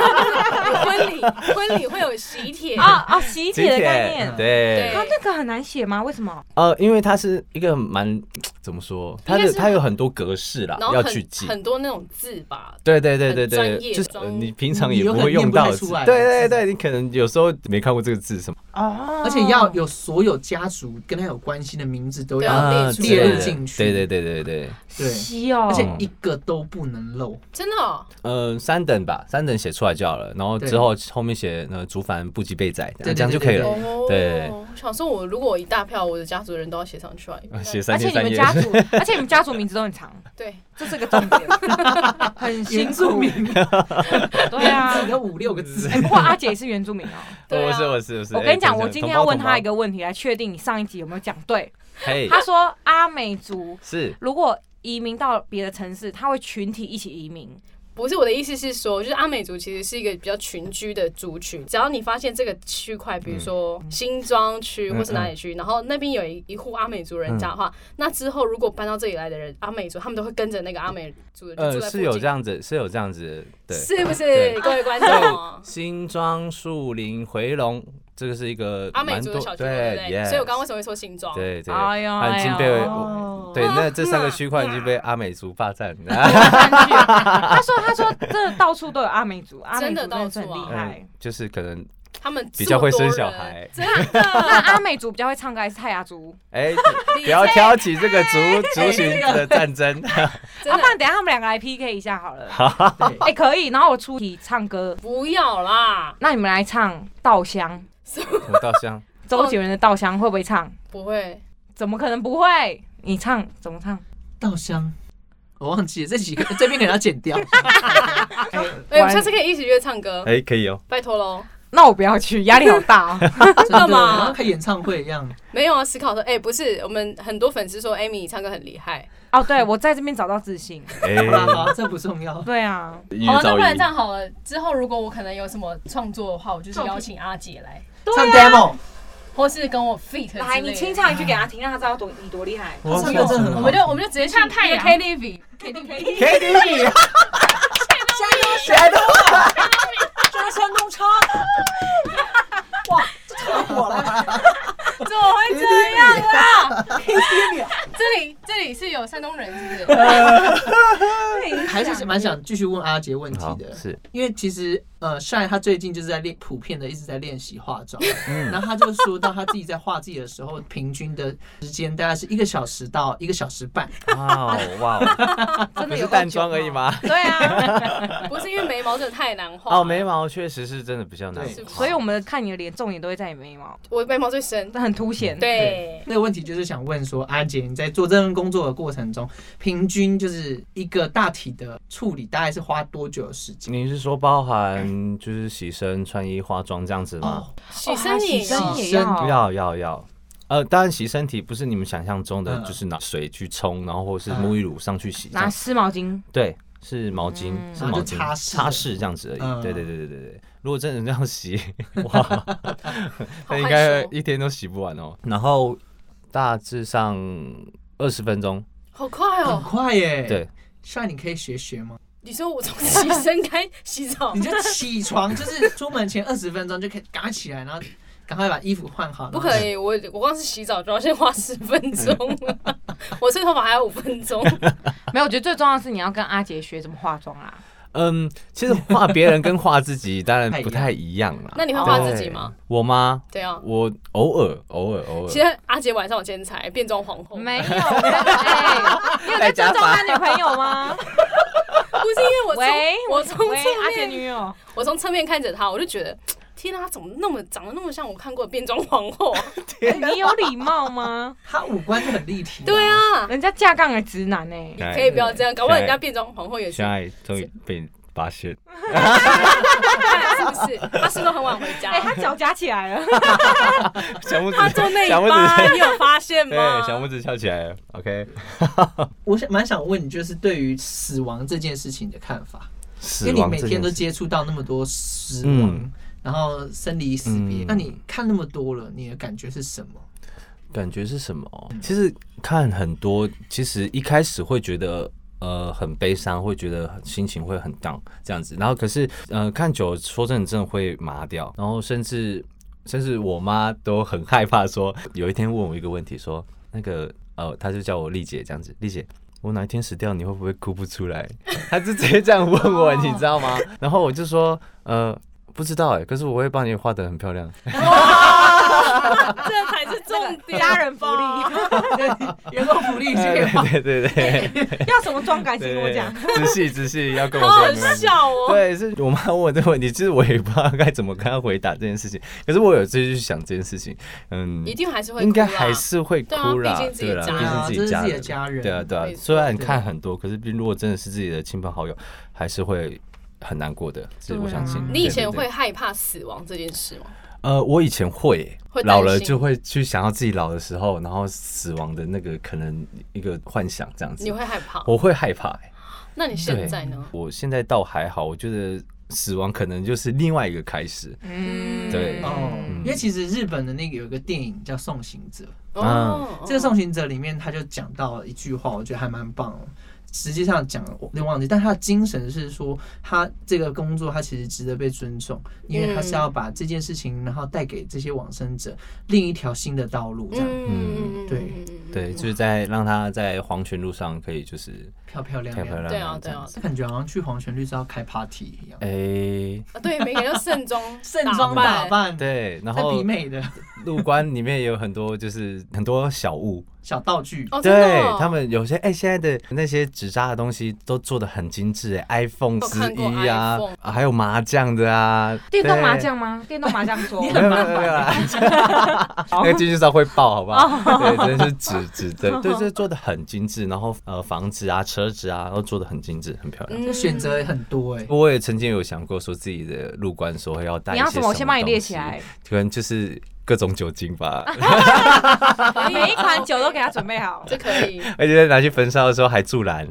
Speaker 1: 婚礼婚礼会有喜 帖
Speaker 4: 啊啊，喜帖嗯的概念。
Speaker 2: 对
Speaker 1: 对
Speaker 4: 他那个很难写吗？为什么？
Speaker 2: 呃，因为它是一个蛮怎么说，它
Speaker 1: 应该
Speaker 2: 的
Speaker 1: 是
Speaker 2: 它有很多格式啦
Speaker 1: 然，后
Speaker 2: 要去
Speaker 1: 很
Speaker 2: 记。
Speaker 1: 很多那种字吧，
Speaker 2: 对对对对
Speaker 1: 很专业
Speaker 2: 对，就是、
Speaker 1: 专
Speaker 2: 呃你平常也不会用
Speaker 3: 你有可能念
Speaker 2: 到
Speaker 3: 不太
Speaker 2: 的
Speaker 3: 出
Speaker 2: 字
Speaker 3: 来，
Speaker 2: 对对对，你可能有时候没看过这个字什么，啊
Speaker 4: 哦
Speaker 3: 欸而且要有所有家族跟他有关系的名字都
Speaker 1: 对啊
Speaker 4: 哦
Speaker 3: 要，
Speaker 1: 列出来
Speaker 2: 对
Speaker 3: 列进去
Speaker 2: 对对对对对，
Speaker 3: 对
Speaker 4: 西哦，
Speaker 3: 而且一个都不能漏。
Speaker 1: 真的哦
Speaker 2: 呃，三等吧，三等写出来就好了，然后
Speaker 3: 对
Speaker 2: 之后后面写呃竹凡不及被宰，
Speaker 3: 对对
Speaker 2: 这样就可以
Speaker 3: 对
Speaker 2: 了。
Speaker 1: 哦。
Speaker 2: 对
Speaker 1: 我想说，我如果我一大票，我的家族人都要写上去啊。应该
Speaker 2: 呃写三
Speaker 4: 而且
Speaker 2: 天
Speaker 4: 你
Speaker 2: 三
Speaker 4: 们
Speaker 2: 夜，
Speaker 4: 家 族，而且你们家族名字都很长，
Speaker 1: 对，
Speaker 4: 这是个重点，很辛
Speaker 3: 原住
Speaker 4: 苦。
Speaker 3: 民
Speaker 4: 对啊，
Speaker 3: 有五六个 字
Speaker 4: 哎，不过阿姐也是原住民哦。
Speaker 1: 对
Speaker 2: 我
Speaker 1: 啊
Speaker 2: 是我是我是。
Speaker 4: 我
Speaker 2: 哎
Speaker 4: 跟你讲，
Speaker 2: 同
Speaker 4: 我
Speaker 2: 胞
Speaker 4: 今天要问
Speaker 2: 同
Speaker 4: 他
Speaker 2: 胞
Speaker 4: 一个问题，来确定你上一集有没有讲 对。
Speaker 2: 嘿，
Speaker 4: 他说阿美族
Speaker 2: 是
Speaker 4: 如果移民到别的城市，他会群体一起移民。
Speaker 1: 不是我的意思是说，就是阿美族其实是一个比较群居的族群，只要你发现这个区块，比如说新庄区
Speaker 2: 嗯
Speaker 1: 或是哪里区，然后那边有一一户阿美族人家的话，那之后如果搬到这里来的人，阿美族他们都会跟着那个阿美族人就住
Speaker 2: 呃
Speaker 1: 在附
Speaker 2: 是
Speaker 1: 近，
Speaker 2: 有这样子是有这样子对。
Speaker 1: 是不是
Speaker 2: 对
Speaker 1: 哦各位观众？
Speaker 2: 新庄树林回龙这个是一个
Speaker 1: 阿美
Speaker 2: 蛮
Speaker 1: 族
Speaker 2: 多
Speaker 1: 的小区，对
Speaker 2: 对
Speaker 1: 不
Speaker 2: yes
Speaker 1: 对？所以我刚刚为什么会说新庄？
Speaker 2: 对对，
Speaker 4: 哎呦
Speaker 2: 它已经
Speaker 4: 哎
Speaker 2: 被
Speaker 4: 呦
Speaker 2: 我对那这三个区块已经 被阿美族霸占。
Speaker 4: 他说他说真的到处都有阿美族，阿美
Speaker 1: 真
Speaker 4: 族
Speaker 1: 的
Speaker 4: 真的是很
Speaker 1: 到处啊
Speaker 4: 厉害
Speaker 2: 嗯。就是可能
Speaker 1: 他们
Speaker 2: 比较会
Speaker 1: 这么
Speaker 2: 生
Speaker 1: 多
Speaker 2: 小
Speaker 1: 人
Speaker 2: 孩，
Speaker 1: 真
Speaker 4: 那阿美族比较会唱歌还是泰雅族？
Speaker 2: 哎，
Speaker 1: 你
Speaker 2: 不要
Speaker 1: 这
Speaker 2: 挑起这个族族群的战争。
Speaker 1: 真
Speaker 4: 啊，
Speaker 1: 的
Speaker 4: 不然等一下他们两个来 PK 一下好了。
Speaker 3: 对，
Speaker 4: 哎，可以。然后我出题唱歌，
Speaker 1: 不要啦，
Speaker 4: 那你们来唱《稻香
Speaker 2: 我稻 香，》，
Speaker 4: 周杰伦的《稻香》会不会唱？
Speaker 1: 不会，
Speaker 4: 怎么可能不会？你唱怎么唱？
Speaker 3: 稻香，我忘记了这几个， 这边可能要剪掉。
Speaker 1: 哎，我
Speaker 4: 完
Speaker 1: 们下次可以一起约唱歌，
Speaker 2: 哎，可以哦。
Speaker 1: 拜托喽。
Speaker 4: 那我不要去，压力好大哦。
Speaker 2: 啊
Speaker 3: 真的
Speaker 1: 干嘛
Speaker 3: 好像开演唱会一样。
Speaker 1: 没有啊，思考说，哎，不是，我们很多粉丝说 Amy 你唱歌很厉害，
Speaker 4: 哦，对我在这边找到自信。
Speaker 2: 哎，
Speaker 3: 好啦好啦，这不重要。
Speaker 4: 对啊，
Speaker 5: 一
Speaker 1: 好，
Speaker 5: 语
Speaker 1: 那
Speaker 5: 造
Speaker 1: 不然这
Speaker 5: 诣。
Speaker 1: 样好了，之后如果我可能有什么创作的话，我就是邀请阿姐来，
Speaker 3: 唱 demo，
Speaker 1: 或是跟我 fit 之类的
Speaker 4: 来，你清唱一句给他听，让他知道多你多厉害。
Speaker 3: 他唱歌真的很
Speaker 1: 我
Speaker 3: 好
Speaker 1: 们。就我们就直接唱太阳 KTV，
Speaker 2: KTV，
Speaker 4: 大声弄唱。哇，这太火了！怎么会这样啊？
Speaker 1: 这里这里是有山东人是不是？
Speaker 3: 还是蛮想继续问阿杰问题
Speaker 2: 好
Speaker 3: 的，
Speaker 2: 是
Speaker 3: 因为其实呃帅他最近就是在练普遍的一直在练习化妆，然后他就说到他自己在画自己的时候，平均的时间大概是一个小时到一个小时半，
Speaker 2: 哇哦哇哦，
Speaker 4: 真
Speaker 2: 不
Speaker 4: 的
Speaker 2: 是
Speaker 4: 有
Speaker 2: 淡妆而已？吗？
Speaker 4: 对啊，
Speaker 1: 不是因为眉毛真的太难 画，
Speaker 2: 哦，眉，毛确实是真的比较难
Speaker 3: 对
Speaker 2: 画，
Speaker 4: 所以我们看你的脸，重点都会在你眉毛，
Speaker 1: 我眉毛最深，
Speaker 4: 很凸显。，
Speaker 1: 对，
Speaker 3: 那个问题就是想问说，阿杰你在做这份工作的过程中，平均就是一个大体的处理大概是花多久的时间？
Speaker 2: 你是说包 含就是洗身、穿衣、化妆这样子吗？
Speaker 3: 哦，
Speaker 1: 许生
Speaker 4: 也
Speaker 1: 你
Speaker 3: 哦
Speaker 4: 也要。
Speaker 2: 要要要。呃，当然洗身体不是你们想象中的，
Speaker 3: 嗯
Speaker 2: 就是拿水去冲，然后或者是沐浴乳上去洗，这
Speaker 4: 拿
Speaker 2: 样
Speaker 4: 湿毛巾，
Speaker 2: 对，是毛巾，
Speaker 4: 嗯
Speaker 2: 是
Speaker 3: 然后就
Speaker 2: 毛巾
Speaker 3: 擦拭
Speaker 2: 擦拭这样子而已。
Speaker 3: 嗯
Speaker 2: 对对对对对对。如果真的这样洗，哇，
Speaker 1: 哦好
Speaker 2: 那应
Speaker 1: 害
Speaker 2: 该
Speaker 1: 羞，
Speaker 2: 一天都洗不完哦。然后大致上二十分钟，
Speaker 1: 好快
Speaker 3: 很
Speaker 1: 哦！
Speaker 3: 快耶！
Speaker 2: 对，
Speaker 3: 帅你可以学学吗？
Speaker 1: 你说我从洗身开洗澡
Speaker 3: 你，就起床，就是出门前二十分钟就可以赶快起来，然后赶快把衣服换好。
Speaker 1: 不
Speaker 3: 然
Speaker 1: 可以，我我光是洗澡就要先花十分 钟了，我吹头发还要五分 钟，
Speaker 4: 没有，我觉得最重要的是你要跟阿杰学怎么化妆啊啦。
Speaker 2: 嗯，其实画别人跟画自己 当然不太一样啦。
Speaker 1: 那你会画自己吗
Speaker 2: 对？我吗？
Speaker 1: 对啊。
Speaker 2: 我偶尔偶尔偶
Speaker 1: 其
Speaker 2: 尔，
Speaker 1: 实阿杰晚上有剪彩，变装 皇后，
Speaker 4: 没有，哎，你有在尊重他女朋友吗？
Speaker 1: 不是因为我
Speaker 4: 喂，
Speaker 1: 从我从侧
Speaker 4: 喂阿杰
Speaker 1: 面，
Speaker 4: 女友，
Speaker 1: 我从侧面看着他，我就觉得，天啊，他怎么那么长得那么像我看过的变装皇后 啊？
Speaker 4: 你有礼貌吗？
Speaker 3: 他五官就很立体。
Speaker 1: 对，啊，
Speaker 4: 人家架杠的直男欸呢、
Speaker 2: 对啊
Speaker 1: 可以不要这样，搞不好人家变装皇后也是
Speaker 2: 现，在终于被发现，
Speaker 1: 是不是？他是不是都很晚回家
Speaker 4: 哎、？他脚夹起来了，
Speaker 2: 小拇
Speaker 1: 他做内
Speaker 2: 小拇
Speaker 1: 八，
Speaker 2: 指
Speaker 1: 你有发 现
Speaker 2: 对，
Speaker 1: 吗？
Speaker 2: 小拇指翘起来了。OK，
Speaker 3: 我想蛮想问你，就是对于死亡这件事情的看法，因
Speaker 2: 死
Speaker 3: 为你
Speaker 2: 亡
Speaker 3: 每
Speaker 2: 这
Speaker 3: 天
Speaker 2: 件
Speaker 3: 都
Speaker 2: 事，
Speaker 3: 接触到那么多死亡，
Speaker 2: 嗯
Speaker 3: 然后生离死别，
Speaker 2: 嗯
Speaker 3: 那你看那么多了，你的感觉是什 么？
Speaker 2: 感觉是什么？其实看很多，其实一开始会觉得。呃，很悲伤，会觉得心情会很 down 这样子。然后可是，呃，看久了，说真的，真的会麻掉。然后甚至甚至我妈都很害怕说，有一天问我一个问题说那个呃，她就叫我丽姐这样子，丽姐。我哪一天死掉，你会不会哭不出来？ 她就直接这样问我，你知道吗？然后我就说，呃，不知道哎、可是我会帮你画的很漂亮。
Speaker 1: 这才是 重点，
Speaker 4: 家人福利，
Speaker 3: 员工福利已经 可以花
Speaker 2: 对对对，
Speaker 4: 要什么妆 感
Speaker 2: 对
Speaker 4: 请我讲。
Speaker 2: 仔细仔细要跟我说
Speaker 1: 好好
Speaker 2: 没问题。
Speaker 1: 笑 哦。
Speaker 2: 对，是我妈问我这个问题，其实我也不知道该怎么跟她回答这件事情。可是我有自己去想这件事情，嗯，
Speaker 1: 一定还是会哭啦，
Speaker 2: 应该还是会哭啦，
Speaker 1: 对啊毕竟自己
Speaker 2: 对啦，
Speaker 1: 家人
Speaker 2: 毕竟
Speaker 3: 这是自己的
Speaker 2: 人，
Speaker 3: 家人
Speaker 2: 对啊对啊
Speaker 1: 没。错
Speaker 2: 虽然看很多，可是如果真的是自己的亲朋好友，还是会很难过的。这
Speaker 4: 对啊
Speaker 2: 我相信。
Speaker 1: 你以前
Speaker 2: 对对
Speaker 1: 会
Speaker 2: 对
Speaker 1: 害怕死亡这件事吗？
Speaker 2: 呃，我以前会耶
Speaker 1: 会，担
Speaker 2: 老了
Speaker 1: 心
Speaker 2: 就会去想要自己老的时候，然后死亡的那个可能一个幻想这样子
Speaker 1: 你。会害怕？
Speaker 2: 我会害怕欸耶，
Speaker 1: 那你现在呢？
Speaker 2: 我现在倒还好，我觉得死亡可能就是另外一个开始。
Speaker 4: 嗯，
Speaker 2: 对
Speaker 3: 哦
Speaker 2: 嗯，
Speaker 3: 因为其实日本的那个有一个电影叫《送行者》，
Speaker 2: 啊
Speaker 1: 哦，
Speaker 3: 这个《送行者》里面他就讲到一句话，我觉得还蛮棒哦。实际上讲我有点忘记，但他的精神是说，他这个工作他其实值得被尊重，因为他是要把这件事情，然后带给这些往生者另一条新的道路，这样、
Speaker 1: 嗯，
Speaker 2: 对，就是在让他在黄泉路上可以就是
Speaker 3: 漂漂亮
Speaker 2: 漂漂
Speaker 3: 亮。
Speaker 2: 亮
Speaker 1: 对啊
Speaker 2: 亮这样
Speaker 1: 对啊
Speaker 2: 子。
Speaker 3: 这感觉好像去黄泉绿是要开 party 一样，
Speaker 2: 哎，
Speaker 1: 啊对，每个人都盛 装
Speaker 3: 盛装打
Speaker 1: 打扮，
Speaker 3: 扮，，
Speaker 2: 对，然
Speaker 3: 在
Speaker 2: 后
Speaker 3: 比美的
Speaker 2: 入关里面也有很多就是很多小物，
Speaker 3: 小道具，
Speaker 1: 哦，真的
Speaker 2: 对
Speaker 1: 哦
Speaker 2: 他们有些哎、现在的那些纸扎的东西都做的很精致哎，iPhone
Speaker 1: 我
Speaker 2: 十
Speaker 1: 看过
Speaker 2: 一啊
Speaker 1: iPhone
Speaker 2: 啊还有麻将的啊，
Speaker 4: 电动麻
Speaker 2: 对。
Speaker 4: 将吗？电动麻将桌
Speaker 2: 没有没有没有没有啦， 那个经济上会爆，好不好？
Speaker 4: 哦
Speaker 2: 对，真的是纸纸 的，对，就是做的很精致，然后呃，房子啊、车子啊，都做的很精致，很漂亮。
Speaker 1: 嗯
Speaker 3: 选择很多哎、
Speaker 2: 我也曾经有想过说自己的入关时候要带
Speaker 4: 嗯你
Speaker 2: 一些
Speaker 4: 要
Speaker 2: 什
Speaker 4: 什么？我先帮你列
Speaker 2: 东
Speaker 4: 起
Speaker 2: 西
Speaker 4: 来，
Speaker 2: 可能就是各种酒精吧，
Speaker 4: 每一款酒都给他准备好，
Speaker 1: 这可 以，
Speaker 2: 而且拿去焚烧的时候还助 燃。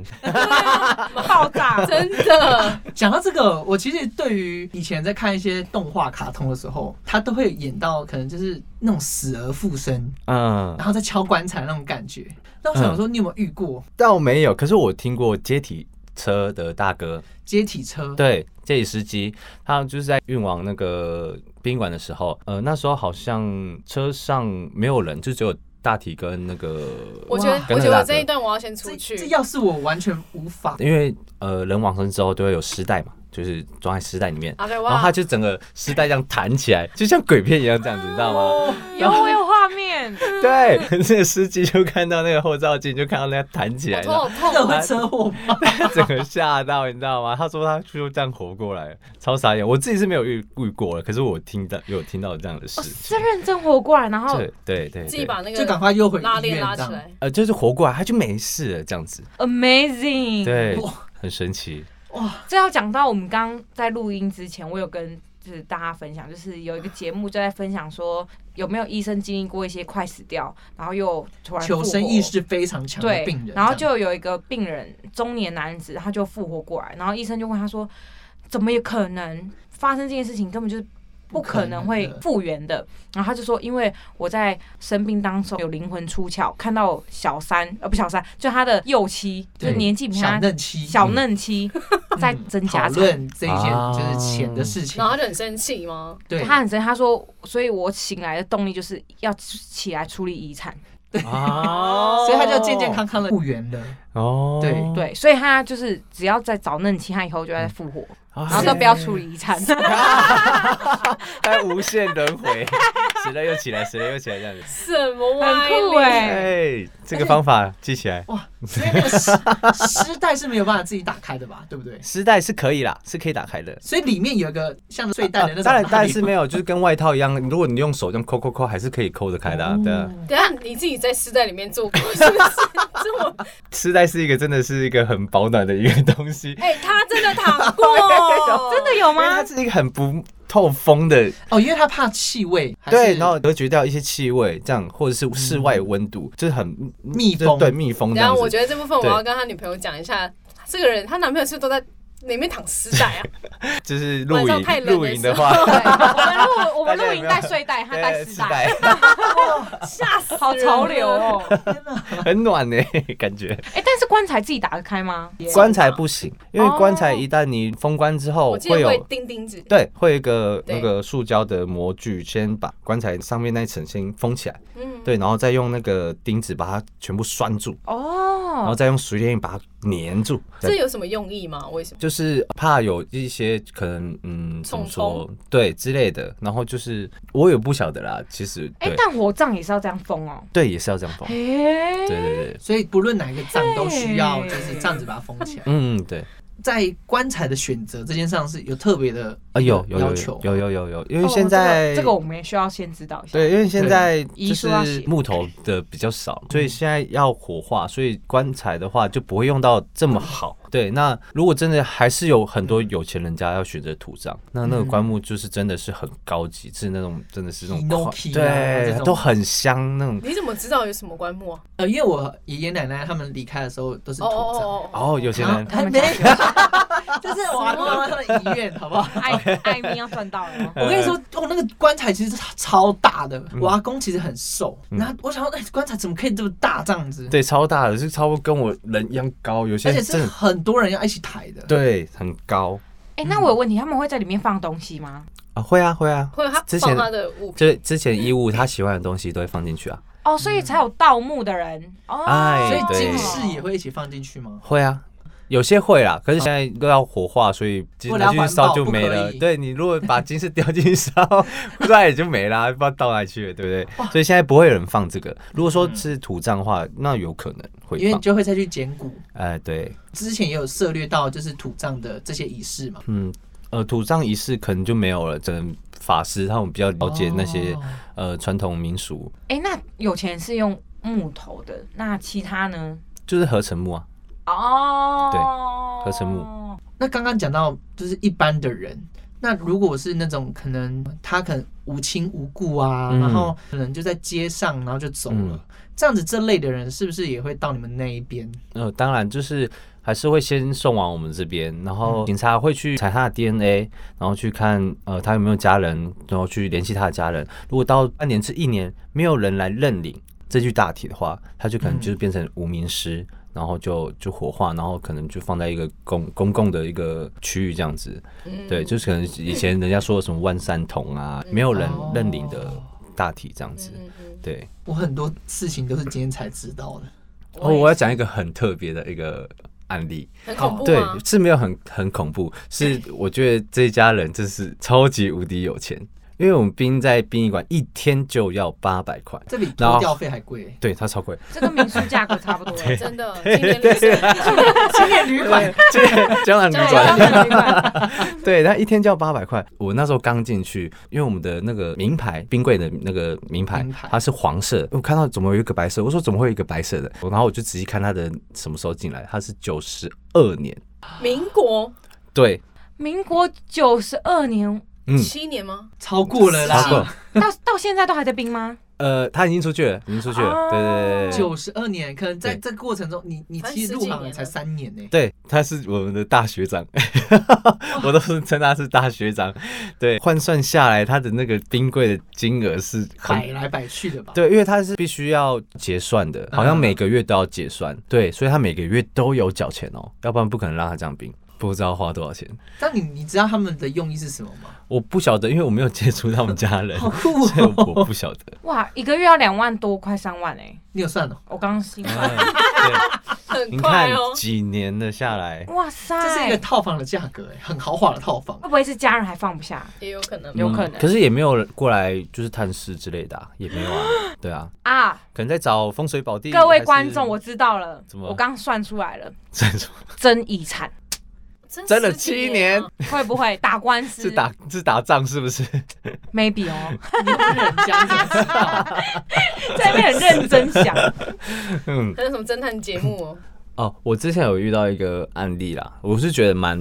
Speaker 4: 爆炸。
Speaker 1: 真 的，
Speaker 3: 讲到这个，我其实对于以前在看一些动画卡通的时候，他都会演到可能就是那种死而复生，
Speaker 2: 嗯，
Speaker 3: 然后再敲棺材那种感觉。那我想说，你有没有遇过
Speaker 2: 倒没有，可是我听过接体车的大哥，
Speaker 3: 接体车？
Speaker 2: 对，这里司机，他就是在运往那个宾馆的时候，呃，那时候好像车上没有人，就只有大体跟那个，
Speaker 1: 我觉得
Speaker 2: 跟着
Speaker 1: 我觉得
Speaker 2: 大
Speaker 1: 我
Speaker 2: 哥
Speaker 1: 这一段我要先出
Speaker 3: 这
Speaker 1: 去
Speaker 3: 这，要是我完全无法，
Speaker 2: 因为呃人往生之后都会有尸袋嘛，就是装在尸袋里面。
Speaker 1: 啊对
Speaker 2: 然后他
Speaker 1: 哇，
Speaker 2: 就整个尸袋这样弹起来，就像鬼片一样这样子，你知道
Speaker 1: 哦
Speaker 2: 吗？
Speaker 4: 有我有画面，
Speaker 2: 对，那个司机就看到那个后照镜，就看到那个弹起来，然
Speaker 1: 我头
Speaker 2: 后
Speaker 1: 好
Speaker 3: 那个
Speaker 1: 痛，
Speaker 3: 会车祸吗？
Speaker 2: 整个吓到，你知道吗？他说他就这样活过来，超傻眼。我自己是没有遇遇过了，可是我听到有听到这样的事
Speaker 1: 哦
Speaker 2: 情
Speaker 4: 是。认真活过来，然后
Speaker 2: 对对对，
Speaker 1: 自己把那
Speaker 3: 就赶
Speaker 1: 个
Speaker 3: 快又回
Speaker 1: 拉
Speaker 3: 医
Speaker 1: 链
Speaker 3: 院这
Speaker 1: 拉起
Speaker 3: 样。
Speaker 1: 来，
Speaker 2: 呃，就是活过来，他就没事了，这样子。
Speaker 4: amazing。，
Speaker 2: 对
Speaker 3: 哇，
Speaker 2: 很神奇。
Speaker 4: 这要讲到我们刚在录音之前，我有跟就是大家分享，就是有一个节目就在分享说有没有医生经历过一些快死掉，然后又突然复
Speaker 3: 求
Speaker 4: 活
Speaker 3: 生意。识非常强的
Speaker 4: 对
Speaker 3: 病人，，
Speaker 4: 然后就有一个病人，中年男子，他就复活过来，然后医生就问他说：“怎么有可能发生这件事情？根本就是不可能会复原的。”然后他就说：“因为我在生病当中有灵魂出窍，看到小三，呃，不小三，就他的幼妻，就
Speaker 3: 对
Speaker 4: 是年纪比
Speaker 3: 小
Speaker 4: 他
Speaker 3: 嫩期
Speaker 4: 小嫩妻，在增加
Speaker 3: 讨
Speaker 4: 产
Speaker 3: 论这一件
Speaker 2: 啊
Speaker 3: 就是钱的事情
Speaker 1: 然，后他就很生气吗？
Speaker 3: 对，
Speaker 4: 他很生气，他说，所以我醒来的动力就是要起来处理遗产。
Speaker 2: 哦
Speaker 3: 所以他就健健康康的复原了。
Speaker 2: 哦，
Speaker 3: 对
Speaker 4: 对，所以他就是只要在找嫩期，他以后就在复活，
Speaker 2: 然
Speaker 4: 然后都不要处理遗产。
Speaker 2: 他无限轮回， 死了又起来，死了又起来这样子。
Speaker 1: 什么歪
Speaker 4: 很酷
Speaker 1: 理啊
Speaker 4: 欸
Speaker 2: 哎，这个方法记起来。
Speaker 3: 哇，所以那个尸尸袋是没有办法自己打开的吧？对不对？
Speaker 2: 丝带是可以啦，是可以打开的。呃
Speaker 3: 所以里面有一个像睡袋的那种，
Speaker 2: 啊当然，但是没有，就是跟外套一样，如果你用手这样抠抠抠，还是可以抠得开的
Speaker 3: 哦
Speaker 2: 啊。对啊，
Speaker 1: 等一下你自己在丝带里面 做过是不是？这么
Speaker 2: 丝带是一个真的是一个很保暖的一个东西，因为
Speaker 1: 哎，他真的躺 过，
Speaker 2: 哎
Speaker 4: 真的有吗
Speaker 2: 它？是一个很不透风的
Speaker 3: 哦，因为他怕气味，还是
Speaker 2: 对，然后隔绝掉一些气味，这样或者
Speaker 1: 嗯
Speaker 2: 是室外温度，就是很
Speaker 3: 密
Speaker 2: 就是
Speaker 3: 封
Speaker 2: 对密封这
Speaker 1: 然
Speaker 2: 样
Speaker 1: 后
Speaker 2: 子。
Speaker 1: 我觉得这部分我
Speaker 2: 对
Speaker 1: 要跟他女朋友讲一下，这个人她男朋友是不是都在里面躺丝带啊？
Speaker 2: 就是露
Speaker 1: 晚上
Speaker 2: 营
Speaker 1: 太冷
Speaker 2: 露
Speaker 1: 的
Speaker 2: 营
Speaker 1: 时
Speaker 2: 的
Speaker 1: 候，
Speaker 2: 话，
Speaker 4: 对，我们录我们
Speaker 2: 大
Speaker 4: 录
Speaker 2: 家有
Speaker 4: 影
Speaker 2: 没有
Speaker 4: 带睡袋，他带丝
Speaker 2: 自
Speaker 4: 带，
Speaker 2: 带
Speaker 1: 吓死人了，
Speaker 4: 好潮流哦。
Speaker 2: 很暖呢、 感觉。
Speaker 4: 哎，但是棺材自己打得开吗？
Speaker 2: 棺材不行，因为
Speaker 4: 哦
Speaker 2: 棺材一旦你封棺之后
Speaker 1: 哦我记得会
Speaker 2: 哦有。
Speaker 1: 钉钉子，
Speaker 2: 对，会有一个
Speaker 1: 对
Speaker 2: 那个塑胶的模具，先把棺材上面那一层先封起来，
Speaker 1: 嗯，
Speaker 2: 对，然后再用那个钉子把它全部拴住，然后
Speaker 4: 哦，
Speaker 2: 再用水电把它粘住，
Speaker 1: 这有什么用意吗？为什么？
Speaker 2: 就是怕有一些可能，嗯，怎么
Speaker 1: 中
Speaker 2: 说，对之类的。然后就是我也不晓得啦，其实
Speaker 4: 哎
Speaker 2: 对，
Speaker 4: 但火葬也是要这样封哦。
Speaker 2: 对也是要这样封，
Speaker 4: 哎
Speaker 2: 对，对对，
Speaker 3: 所以不论哪一个脏都需要就是这样子把它封起来。
Speaker 2: 嗯嗯对，
Speaker 3: 在棺材的选择这件事上是有特别的
Speaker 2: 啊有有
Speaker 3: 要
Speaker 2: 有
Speaker 3: 求，
Speaker 2: 有有有有，因为
Speaker 4: 哦
Speaker 2: 现在
Speaker 4: 这个这个我们也需要先知道一下。
Speaker 2: 对，因为现在
Speaker 4: 遗
Speaker 2: 就
Speaker 4: 书要写嗯
Speaker 2: 是木头的比较少，所以现在要火化，所以棺材的话就不会用到这么好。对，那如果真的还是有很多有钱人家要选择土葬，那
Speaker 4: 嗯
Speaker 2: 那个棺木就是真的是很高级，是那种真的是那种
Speaker 3: Hinoki 啊这
Speaker 2: 对
Speaker 3: 种，
Speaker 2: 都很香那种。
Speaker 1: 你怎么知道有什么棺木啊？
Speaker 3: 呃，因为我爷爷奶奶他们离开的时候都是
Speaker 1: 哦
Speaker 3: 土
Speaker 1: 哦
Speaker 3: 葬，
Speaker 1: 哦哦，
Speaker 2: 哦，有钱
Speaker 3: 然后啊
Speaker 2: 人
Speaker 3: 他
Speaker 4: 他
Speaker 3: 们
Speaker 4: 们
Speaker 3: 没
Speaker 4: 家
Speaker 3: 有， 就是瓦工他的遗愿，好不好？
Speaker 4: 艾艾米要赚到了吗？
Speaker 2: 嗯
Speaker 3: 我跟你说，哦，那个棺材其实超大的，我阿公其实很瘦，
Speaker 2: 嗯
Speaker 3: 然后我想说，哎，棺材怎么可以这么大这样子？
Speaker 2: 对，超大的，是超过跟我人一样高，有些
Speaker 3: 而且
Speaker 2: 人
Speaker 3: 是
Speaker 2: 真的
Speaker 3: 很多人要一起抬的。
Speaker 2: 对很高
Speaker 4: 哎、那我有问题，他们会在里面放东西吗？
Speaker 2: 啊，会啊会啊，
Speaker 1: 或者他
Speaker 2: 之
Speaker 1: 放
Speaker 2: 前
Speaker 1: 他的物品，
Speaker 2: 就是之前衣物他喜欢的东西都会放进去啊，
Speaker 4: 哦，所以
Speaker 3: 嗯
Speaker 4: 才有盗墓的人哦，
Speaker 2: 哎
Speaker 3: 所以
Speaker 2: 对
Speaker 3: 金饰也会一起放进去吗？
Speaker 2: 会啊。有些会啦，可是现在都要火化，所以其实
Speaker 3: 为了要
Speaker 2: 拿去
Speaker 3: 环
Speaker 2: 烧
Speaker 3: 保
Speaker 2: 就
Speaker 3: 不
Speaker 2: 没
Speaker 3: 可
Speaker 2: 了。
Speaker 3: 以
Speaker 2: 对你如果把金饰丢进去烧， 不然也就没啦，不知道到哪里去了，对不对？所以现在不会有人放这个。如果说是土葬的话，那有可能
Speaker 3: 因
Speaker 2: 会
Speaker 3: 为
Speaker 2: 放
Speaker 3: 你。就会再去捡骨。
Speaker 2: 哎，对，
Speaker 3: 之前也有涉略到就是土葬的这些仪式嘛。
Speaker 2: 嗯，呃，土葬仪式可能就没有了，只能法师他们比较了解那些、
Speaker 3: 哦
Speaker 2: 呃传统民俗，
Speaker 4: 哎、那有钱人是用木头的，那其他呢？
Speaker 2: 就是合成木啊。
Speaker 4: 哦，
Speaker 2: 对合成
Speaker 4: 木。
Speaker 3: 那刚刚讲到就是一般的人，那如果是那种可能他可能无亲无故啊，
Speaker 2: 嗯
Speaker 3: 然后可能就在街上，然后就走了，
Speaker 2: 嗯
Speaker 3: 这样子这类的人是不是也会到你们那一边？
Speaker 2: 呃，当然就是还是会先送往我们这边，然后警察会去采他的 DNA，然后去看呃他有没有家人，然后去联系他的家人。如果到半年至一年没有人来认领这具大体的话，他就可能
Speaker 3: 嗯
Speaker 2: 就是变成无名尸。然后就就火化，然后可能就放在一个公公共的一个区域这样子，
Speaker 1: 嗯
Speaker 2: 对，就是可能以前人家说的什么万山筒啊，没有人
Speaker 3: 哦
Speaker 2: 认领的大体这样子，
Speaker 1: 嗯嗯
Speaker 2: 对。
Speaker 3: 我很多事情都是今天才知道的。
Speaker 2: 哦，我要讲一个很特别的一个案例，
Speaker 1: 很恐怖
Speaker 2: 哦对
Speaker 1: 吗？，
Speaker 2: 是没有很很恐怖，是我觉得这家人真是超级无敌有钱，因为我们冰在殡仪馆一天就要八百块，
Speaker 3: 这比
Speaker 2: 然
Speaker 3: 脱
Speaker 2: 后
Speaker 3: 掉费还贵，
Speaker 2: 对他超贵，
Speaker 4: 这跟民宿价格差不 多。对
Speaker 1: 真的，今年旅行
Speaker 3: 青年旅馆
Speaker 2: 江南旅
Speaker 1: 对
Speaker 3: 啊
Speaker 2: 馆，
Speaker 1: 很愉快
Speaker 2: 对他一天就要八百块。我那时候刚进去，因为我们的那个名牌冰柜的那个名牌
Speaker 3: 名牌，
Speaker 2: 它是黄色，我看到怎么有一个白色，我说怎么会有一个白色的，然后我就仔细看他的什么时候进来，他是九十二年，
Speaker 1: 民国
Speaker 2: 对，
Speaker 4: 民国九十二年
Speaker 2: 嗯，
Speaker 1: 七年吗？
Speaker 3: 超过了
Speaker 2: 超过
Speaker 3: 啦，。
Speaker 4: 到到现在都还在冰吗？
Speaker 2: 呃，他已经出去了，已经出去了，对对对对对。
Speaker 3: 九十二年，可能在这过程中，你你其实入行也才三年呢、
Speaker 2: 对，他是我们的大 学长，我都是称他是大学长。对，换算下来，他的那个冰柜的金额是
Speaker 3: 摆
Speaker 2: 很。
Speaker 3: 来嗯摆去的吧？，
Speaker 2: 对，因为他是必须要结算的，好像每个月都要结算，对，所以他每个月都有缴钱哦，要不然不可能让他这样冰，不知道花多少钱，
Speaker 3: 但你你知道他们的用意是什么吗？
Speaker 2: 我不晓得，因为我没有接触他们家 人，
Speaker 3: 好酷
Speaker 2: 所以
Speaker 3: 哦、
Speaker 2: 我不晓 得。
Speaker 4: 哇，一个月要两万多，快三万哎、
Speaker 3: 你有算哦、
Speaker 4: 我刚刚心
Speaker 2: 嗯
Speaker 4: 想，
Speaker 2: 对，
Speaker 1: 很
Speaker 2: 啊你
Speaker 1: 快
Speaker 2: 看
Speaker 1: 哦，
Speaker 2: 几年了下来，
Speaker 4: 哇塞，
Speaker 3: 这是一个套房的价格、欸，很豪华的套 房
Speaker 4: 会。不会是家人还放不下
Speaker 1: 也有可能吧。
Speaker 4: 有可能
Speaker 2: 嗯可是也没有人过来就是探视之类的、啊，也没 有啊，对啊，
Speaker 4: 啊？
Speaker 2: 可能在找风水宝地。
Speaker 4: 各位观众，我知道了，
Speaker 2: 怎么
Speaker 4: 我刚算出来了，
Speaker 2: 这种
Speaker 4: 争遗产
Speaker 2: 真的
Speaker 1: 十几
Speaker 2: 七
Speaker 1: 年
Speaker 2: 年
Speaker 1: 啊，
Speaker 4: 会不会打官司？
Speaker 2: 是打是打仗是不是？
Speaker 4: maybe 哦，
Speaker 3: 你又不是人家，你怎么知道？
Speaker 4: 在那边很认真想，
Speaker 2: 嗯，
Speaker 1: 还有什么侦探节目哦？
Speaker 2: 哦，我之前有遇到一个案例啦，我是觉得蛮，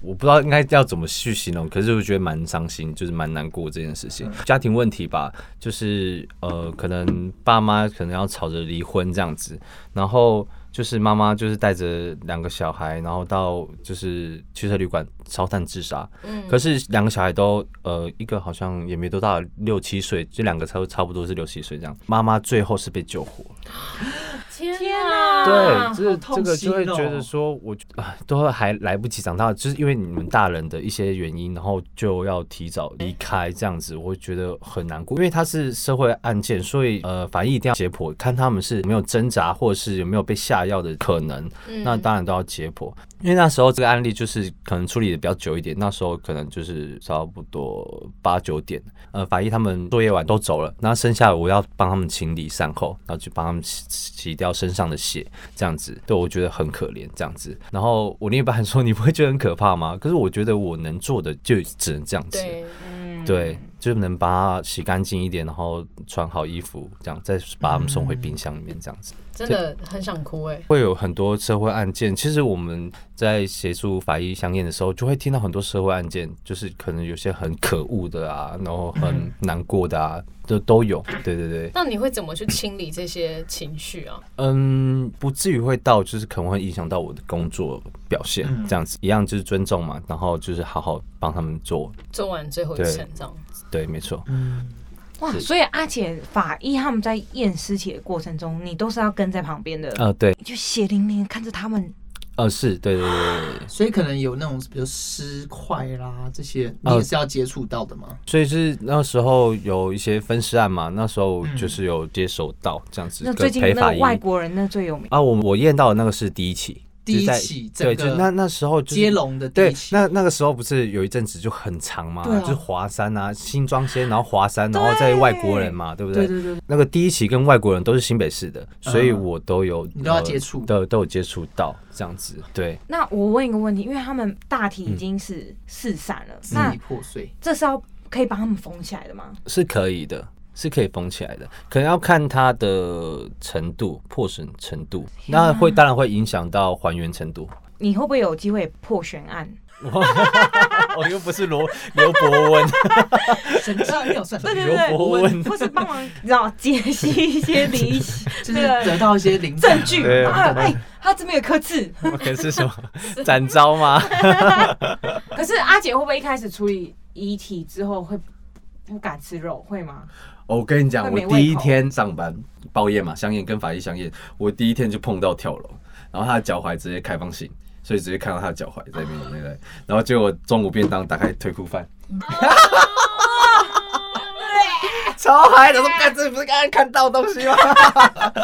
Speaker 2: 我不知道应该要怎么去形容，可是我觉得蛮伤心，就是蛮难过这件事情，家庭问题吧，就是呃，可能爸妈可能要吵着离婚这样子，然后就是妈妈就是带着两个小孩，然后到就是汽车旅馆烧炭自杀，
Speaker 1: 嗯，
Speaker 2: 可是两个小孩都呃，一个好像也没多大，六七岁，这两个差不差不多是六七岁这样。妈妈最后是被救活，
Speaker 1: 天
Speaker 4: 天
Speaker 1: 啊，
Speaker 2: 对，
Speaker 3: 好
Speaker 2: 这
Speaker 3: 痛
Speaker 2: 这个就会
Speaker 3: 心哦
Speaker 2: 觉得说，我啊都还来不及长大，就是因为你们大人的一些原因，然后就要提早离
Speaker 3: 哎
Speaker 2: 开这样子，我会觉得很难过，因为它是社会案件，所以呃，法医一定要解剖，看他们是有没有挣扎，或者是有没有被下药的可能。
Speaker 1: 嗯
Speaker 2: 那当然都要解剖，因为那时候这个案例就是可能处理的比较久一点，那时候可能就是差不多八九点，呃，法医他们作业完都走了，那剩下我要帮他们清理善后，然后去帮他们洗洗掉身上的血，这样子，对我觉得很可怜这样子。然后我另一半说：“你不会觉得很可怕吗？” 可是我觉得我能做的就只能这样子，
Speaker 1: 对，
Speaker 4: 嗯，
Speaker 2: 对，就是能把它洗干净一点，然后穿好衣服，这样再把他们送回冰箱里面这样子。
Speaker 1: 真的很想哭哎。
Speaker 2: 会有很多社会案件。其实我们在协助法医相验的时候，就会听到很多社会案件，就是可能有些很可恶的啊，然后很难过的啊，都都有。对对对，
Speaker 1: 那你会怎么去清理这些情绪啊？
Speaker 2: 嗯，不至于会到就是可能会影响到我的工作表现
Speaker 3: 嗯，
Speaker 2: 这样子一样就是尊重嘛，然后就是好好帮他们做，
Speaker 1: 做完最后一
Speaker 2: 对
Speaker 1: 层这样子。
Speaker 2: 对，没错，
Speaker 3: 嗯，
Speaker 4: 哇，
Speaker 2: 是
Speaker 4: 所以阿姐法医他们在验尸体的过程中，你都是要跟在旁边的，
Speaker 2: 呃，对，
Speaker 4: 你就血淋淋地看着他们。
Speaker 2: 呃，是对对对对对对，
Speaker 3: 所以可能有那种比如尸块啦这些，你
Speaker 2: 哦
Speaker 3: 也是要接触到的嘛。
Speaker 2: 所以是那时候有一些分尸案嘛，那时候就是有接手到这样子
Speaker 4: 那最
Speaker 2: 跟
Speaker 4: 近
Speaker 2: 陪
Speaker 4: 那
Speaker 2: 法医
Speaker 4: 个外国人那最有名，
Speaker 2: 啊，我我验到的那个是第一起，
Speaker 3: 第一
Speaker 2: 就是在
Speaker 3: 起整
Speaker 2: 对，就
Speaker 3: 个
Speaker 2: 那那时候就是
Speaker 3: 接龙的第
Speaker 2: 对
Speaker 3: 一，期，
Speaker 2: 那那个时候不是有一阵子就很长嘛，
Speaker 3: 对啊
Speaker 2: 就是华山啊，新庄先，然后华山，然后再外国人嘛，对不
Speaker 3: 对
Speaker 2: 对？
Speaker 3: 对对，
Speaker 2: 那个第一期跟外国人都是新北市的，所以我都有
Speaker 3: 你都要
Speaker 2: 呃
Speaker 3: 接触
Speaker 2: 都都有接触到这样子。对，
Speaker 4: 那我问一个问题，因为他们大体
Speaker 2: 嗯
Speaker 4: 已经是四散了，
Speaker 3: 支
Speaker 4: 那
Speaker 3: 离破碎。
Speaker 4: 这是要可以把他们缝起来的吗？
Speaker 2: 是可以的，是可以缝起来的，可能要看它的程度、破损程度，
Speaker 4: 啊
Speaker 2: 那会当然会影响到还原程度。
Speaker 4: 你会不会有机会破悬案？
Speaker 2: 我哦又不是罗刘伯温，
Speaker 3: 神机妙算，
Speaker 4: 对对
Speaker 2: 刘伯温
Speaker 4: 对，或是帮忙你知道解析一 些离奇
Speaker 3: 就是得到一些灵感
Speaker 4: 证据
Speaker 2: 对
Speaker 4: 啊，哎，他这边有颗痣。
Speaker 2: 可能是什么展昭吗？
Speaker 4: 可是阿姐会不会一开始处理遗体之后会不敢吃肉？会吗？
Speaker 5: 哦，我跟你讲，
Speaker 4: 会
Speaker 5: 我
Speaker 4: 没胃口
Speaker 5: 第一天上班包夜嘛，香烟跟法医香烟，我第一天就碰到跳楼，然后他的脚踝直接开放性，所以直接看到他的脚踝在那边那个，然后结果中午便当打开推裤饭， 超嗨的，说干这不是刚刚看到的东西吗？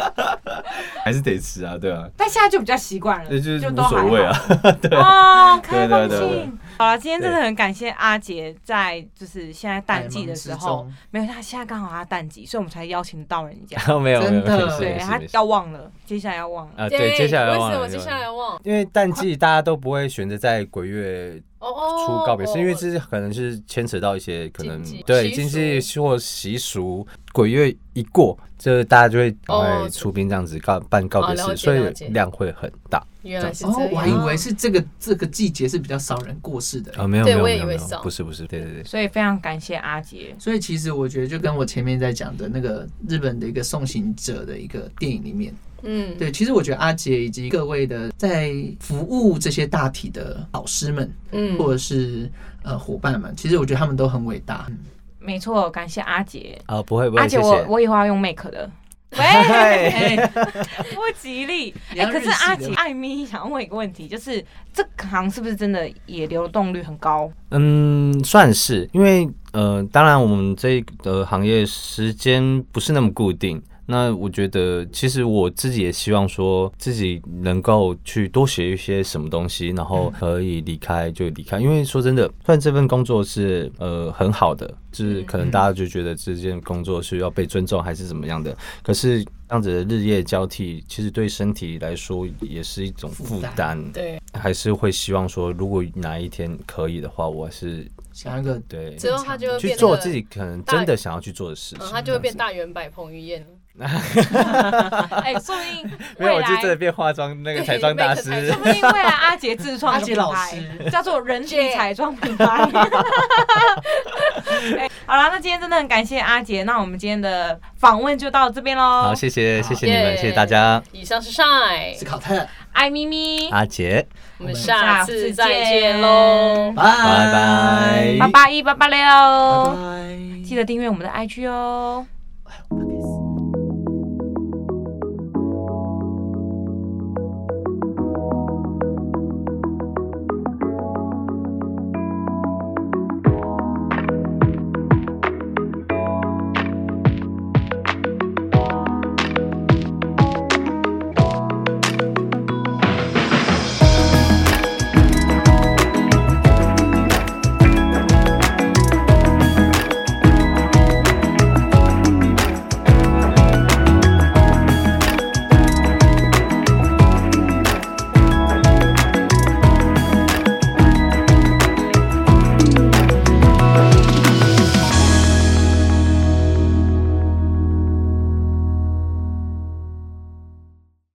Speaker 5: 还是得吃啊，对啊，
Speaker 4: 但现在就比较习惯了，
Speaker 5: 那就是
Speaker 4: 都
Speaker 5: 无
Speaker 4: 还
Speaker 5: 所谓啊
Speaker 4: 好。。 哦，
Speaker 5: 对
Speaker 4: 开
Speaker 5: 啊
Speaker 4: 放
Speaker 5: 对对对
Speaker 4: 性。好了，今天真的很感谢阿杰，在就是现在淡季的时
Speaker 3: 百
Speaker 4: 候
Speaker 3: 忙之中，
Speaker 4: 没有他现在刚好他淡季，所以我们才邀请到人 家。
Speaker 2: 没有没有，
Speaker 3: 真的
Speaker 2: 没事
Speaker 4: 对
Speaker 2: 没事
Speaker 4: 他
Speaker 2: 没事
Speaker 4: 要忘了，接下来要忘了。
Speaker 2: 啊，对，接下来
Speaker 1: 为
Speaker 2: 忘
Speaker 1: 什
Speaker 2: 了
Speaker 1: 么接下来忘？
Speaker 2: 因为淡季大家都不会选择在鬼月
Speaker 1: 哦哦，
Speaker 2: 出告别式，因为
Speaker 1: 哦
Speaker 2: 这是可能是牵扯到一些可能
Speaker 1: 禁忌
Speaker 2: 对
Speaker 1: 习
Speaker 2: 经
Speaker 1: 俗
Speaker 2: 济或习俗。鬼月一过，就是大家就会赶
Speaker 1: 哦
Speaker 2: 快出兵这样子告办告别
Speaker 1: 哦
Speaker 2: 式，
Speaker 1: 了解
Speaker 2: 所以
Speaker 1: 了解
Speaker 2: 量会很大。
Speaker 1: 原来是这
Speaker 3: 哦
Speaker 1: 样，，
Speaker 3: 我还以为是这个这个季节是比较少人过世的，
Speaker 2: 啊，没有没
Speaker 1: 对
Speaker 2: 有
Speaker 1: 我
Speaker 2: 没
Speaker 1: 也
Speaker 2: 有
Speaker 1: 以
Speaker 2: 没
Speaker 1: 为哦
Speaker 2: 有
Speaker 1: 少，
Speaker 2: 不是不是，对对对，
Speaker 4: 所以非常感谢阿杰。
Speaker 3: 所以其实我觉得就跟我前面在讲的那个日本的一个送行者的一个电影里面，
Speaker 1: 嗯，
Speaker 3: 对，其实我觉得阿杰以及各位的在服务这些大体的老师们
Speaker 1: 嗯，
Speaker 3: 或者是呃伙伴们，其实我觉得他们都很伟大。嗯
Speaker 4: 没错，感谢阿杰。
Speaker 2: 啊，不会不
Speaker 4: 阿
Speaker 2: 会，谢
Speaker 4: 杰，
Speaker 2: 谢。
Speaker 4: 我我 以后要用 make 的。 喂，哎不吉利。
Speaker 3: 你
Speaker 4: 哎、
Speaker 3: 要
Speaker 4: 可
Speaker 3: 日
Speaker 4: 是
Speaker 3: 系
Speaker 4: 阿
Speaker 3: 的
Speaker 4: 杰艾米想问一个问题，就是这行是不是真的也流动率很高？
Speaker 2: 嗯，算是，因为呃，当然我们这个行业时间不是那么固定。那我觉得，其实我自己也希望说自己能够去多学一些什么东西，然后可以离开就离开。因为说真的，虽然这份工作是呃很好的，就是可能大家就觉得这件工作是要被尊重还是怎么样的，可是这样子的日夜交替，其实对身体来说也是一种
Speaker 3: 负
Speaker 2: 负
Speaker 3: 担
Speaker 2: 担。
Speaker 1: 对，
Speaker 2: 还是会希望说，如果哪一天可以的话，我还是
Speaker 3: 想一个
Speaker 2: 对
Speaker 1: 之后他就会
Speaker 2: 去
Speaker 1: 变
Speaker 2: 做
Speaker 1: 那个
Speaker 2: 自己，可能
Speaker 1: 大
Speaker 2: 真的想要去做的事情。
Speaker 1: 嗯，他就会变
Speaker 2: 这样
Speaker 1: 大圆柏彭于晏了。
Speaker 4: 哎、说不 定
Speaker 2: 子。没有，
Speaker 4: 未
Speaker 2: 我就
Speaker 4: 来
Speaker 2: 真的变化妆那个
Speaker 1: 对
Speaker 2: 彩妆大
Speaker 1: 那个
Speaker 2: 师
Speaker 1: 彩
Speaker 4: 说。不定未来阿杰自创
Speaker 3: 阿
Speaker 4: 一个
Speaker 3: 杰
Speaker 4: 品
Speaker 3: 老
Speaker 4: 牌，
Speaker 3: 师，
Speaker 4: 叫做人体彩妆品牌。 哎好啦，那今天真的很感谢阿杰，那我们今天的访问就到这边喽
Speaker 2: 好，。谢谢
Speaker 3: 好
Speaker 2: 谢谢你们，
Speaker 1: 耶
Speaker 2: 谢谢大家，
Speaker 1: 以上是 Shine，
Speaker 3: 斯考 特，
Speaker 4: 爱咪咪，
Speaker 2: 阿杰，
Speaker 1: 我们
Speaker 4: 下
Speaker 1: 下
Speaker 4: 次
Speaker 1: 次再
Speaker 4: 见
Speaker 1: 见喽。
Speaker 3: 拜
Speaker 2: 拜拜
Speaker 4: 八八一八八六，
Speaker 3: 拜
Speaker 4: 记得订阅我们的 IG 哦。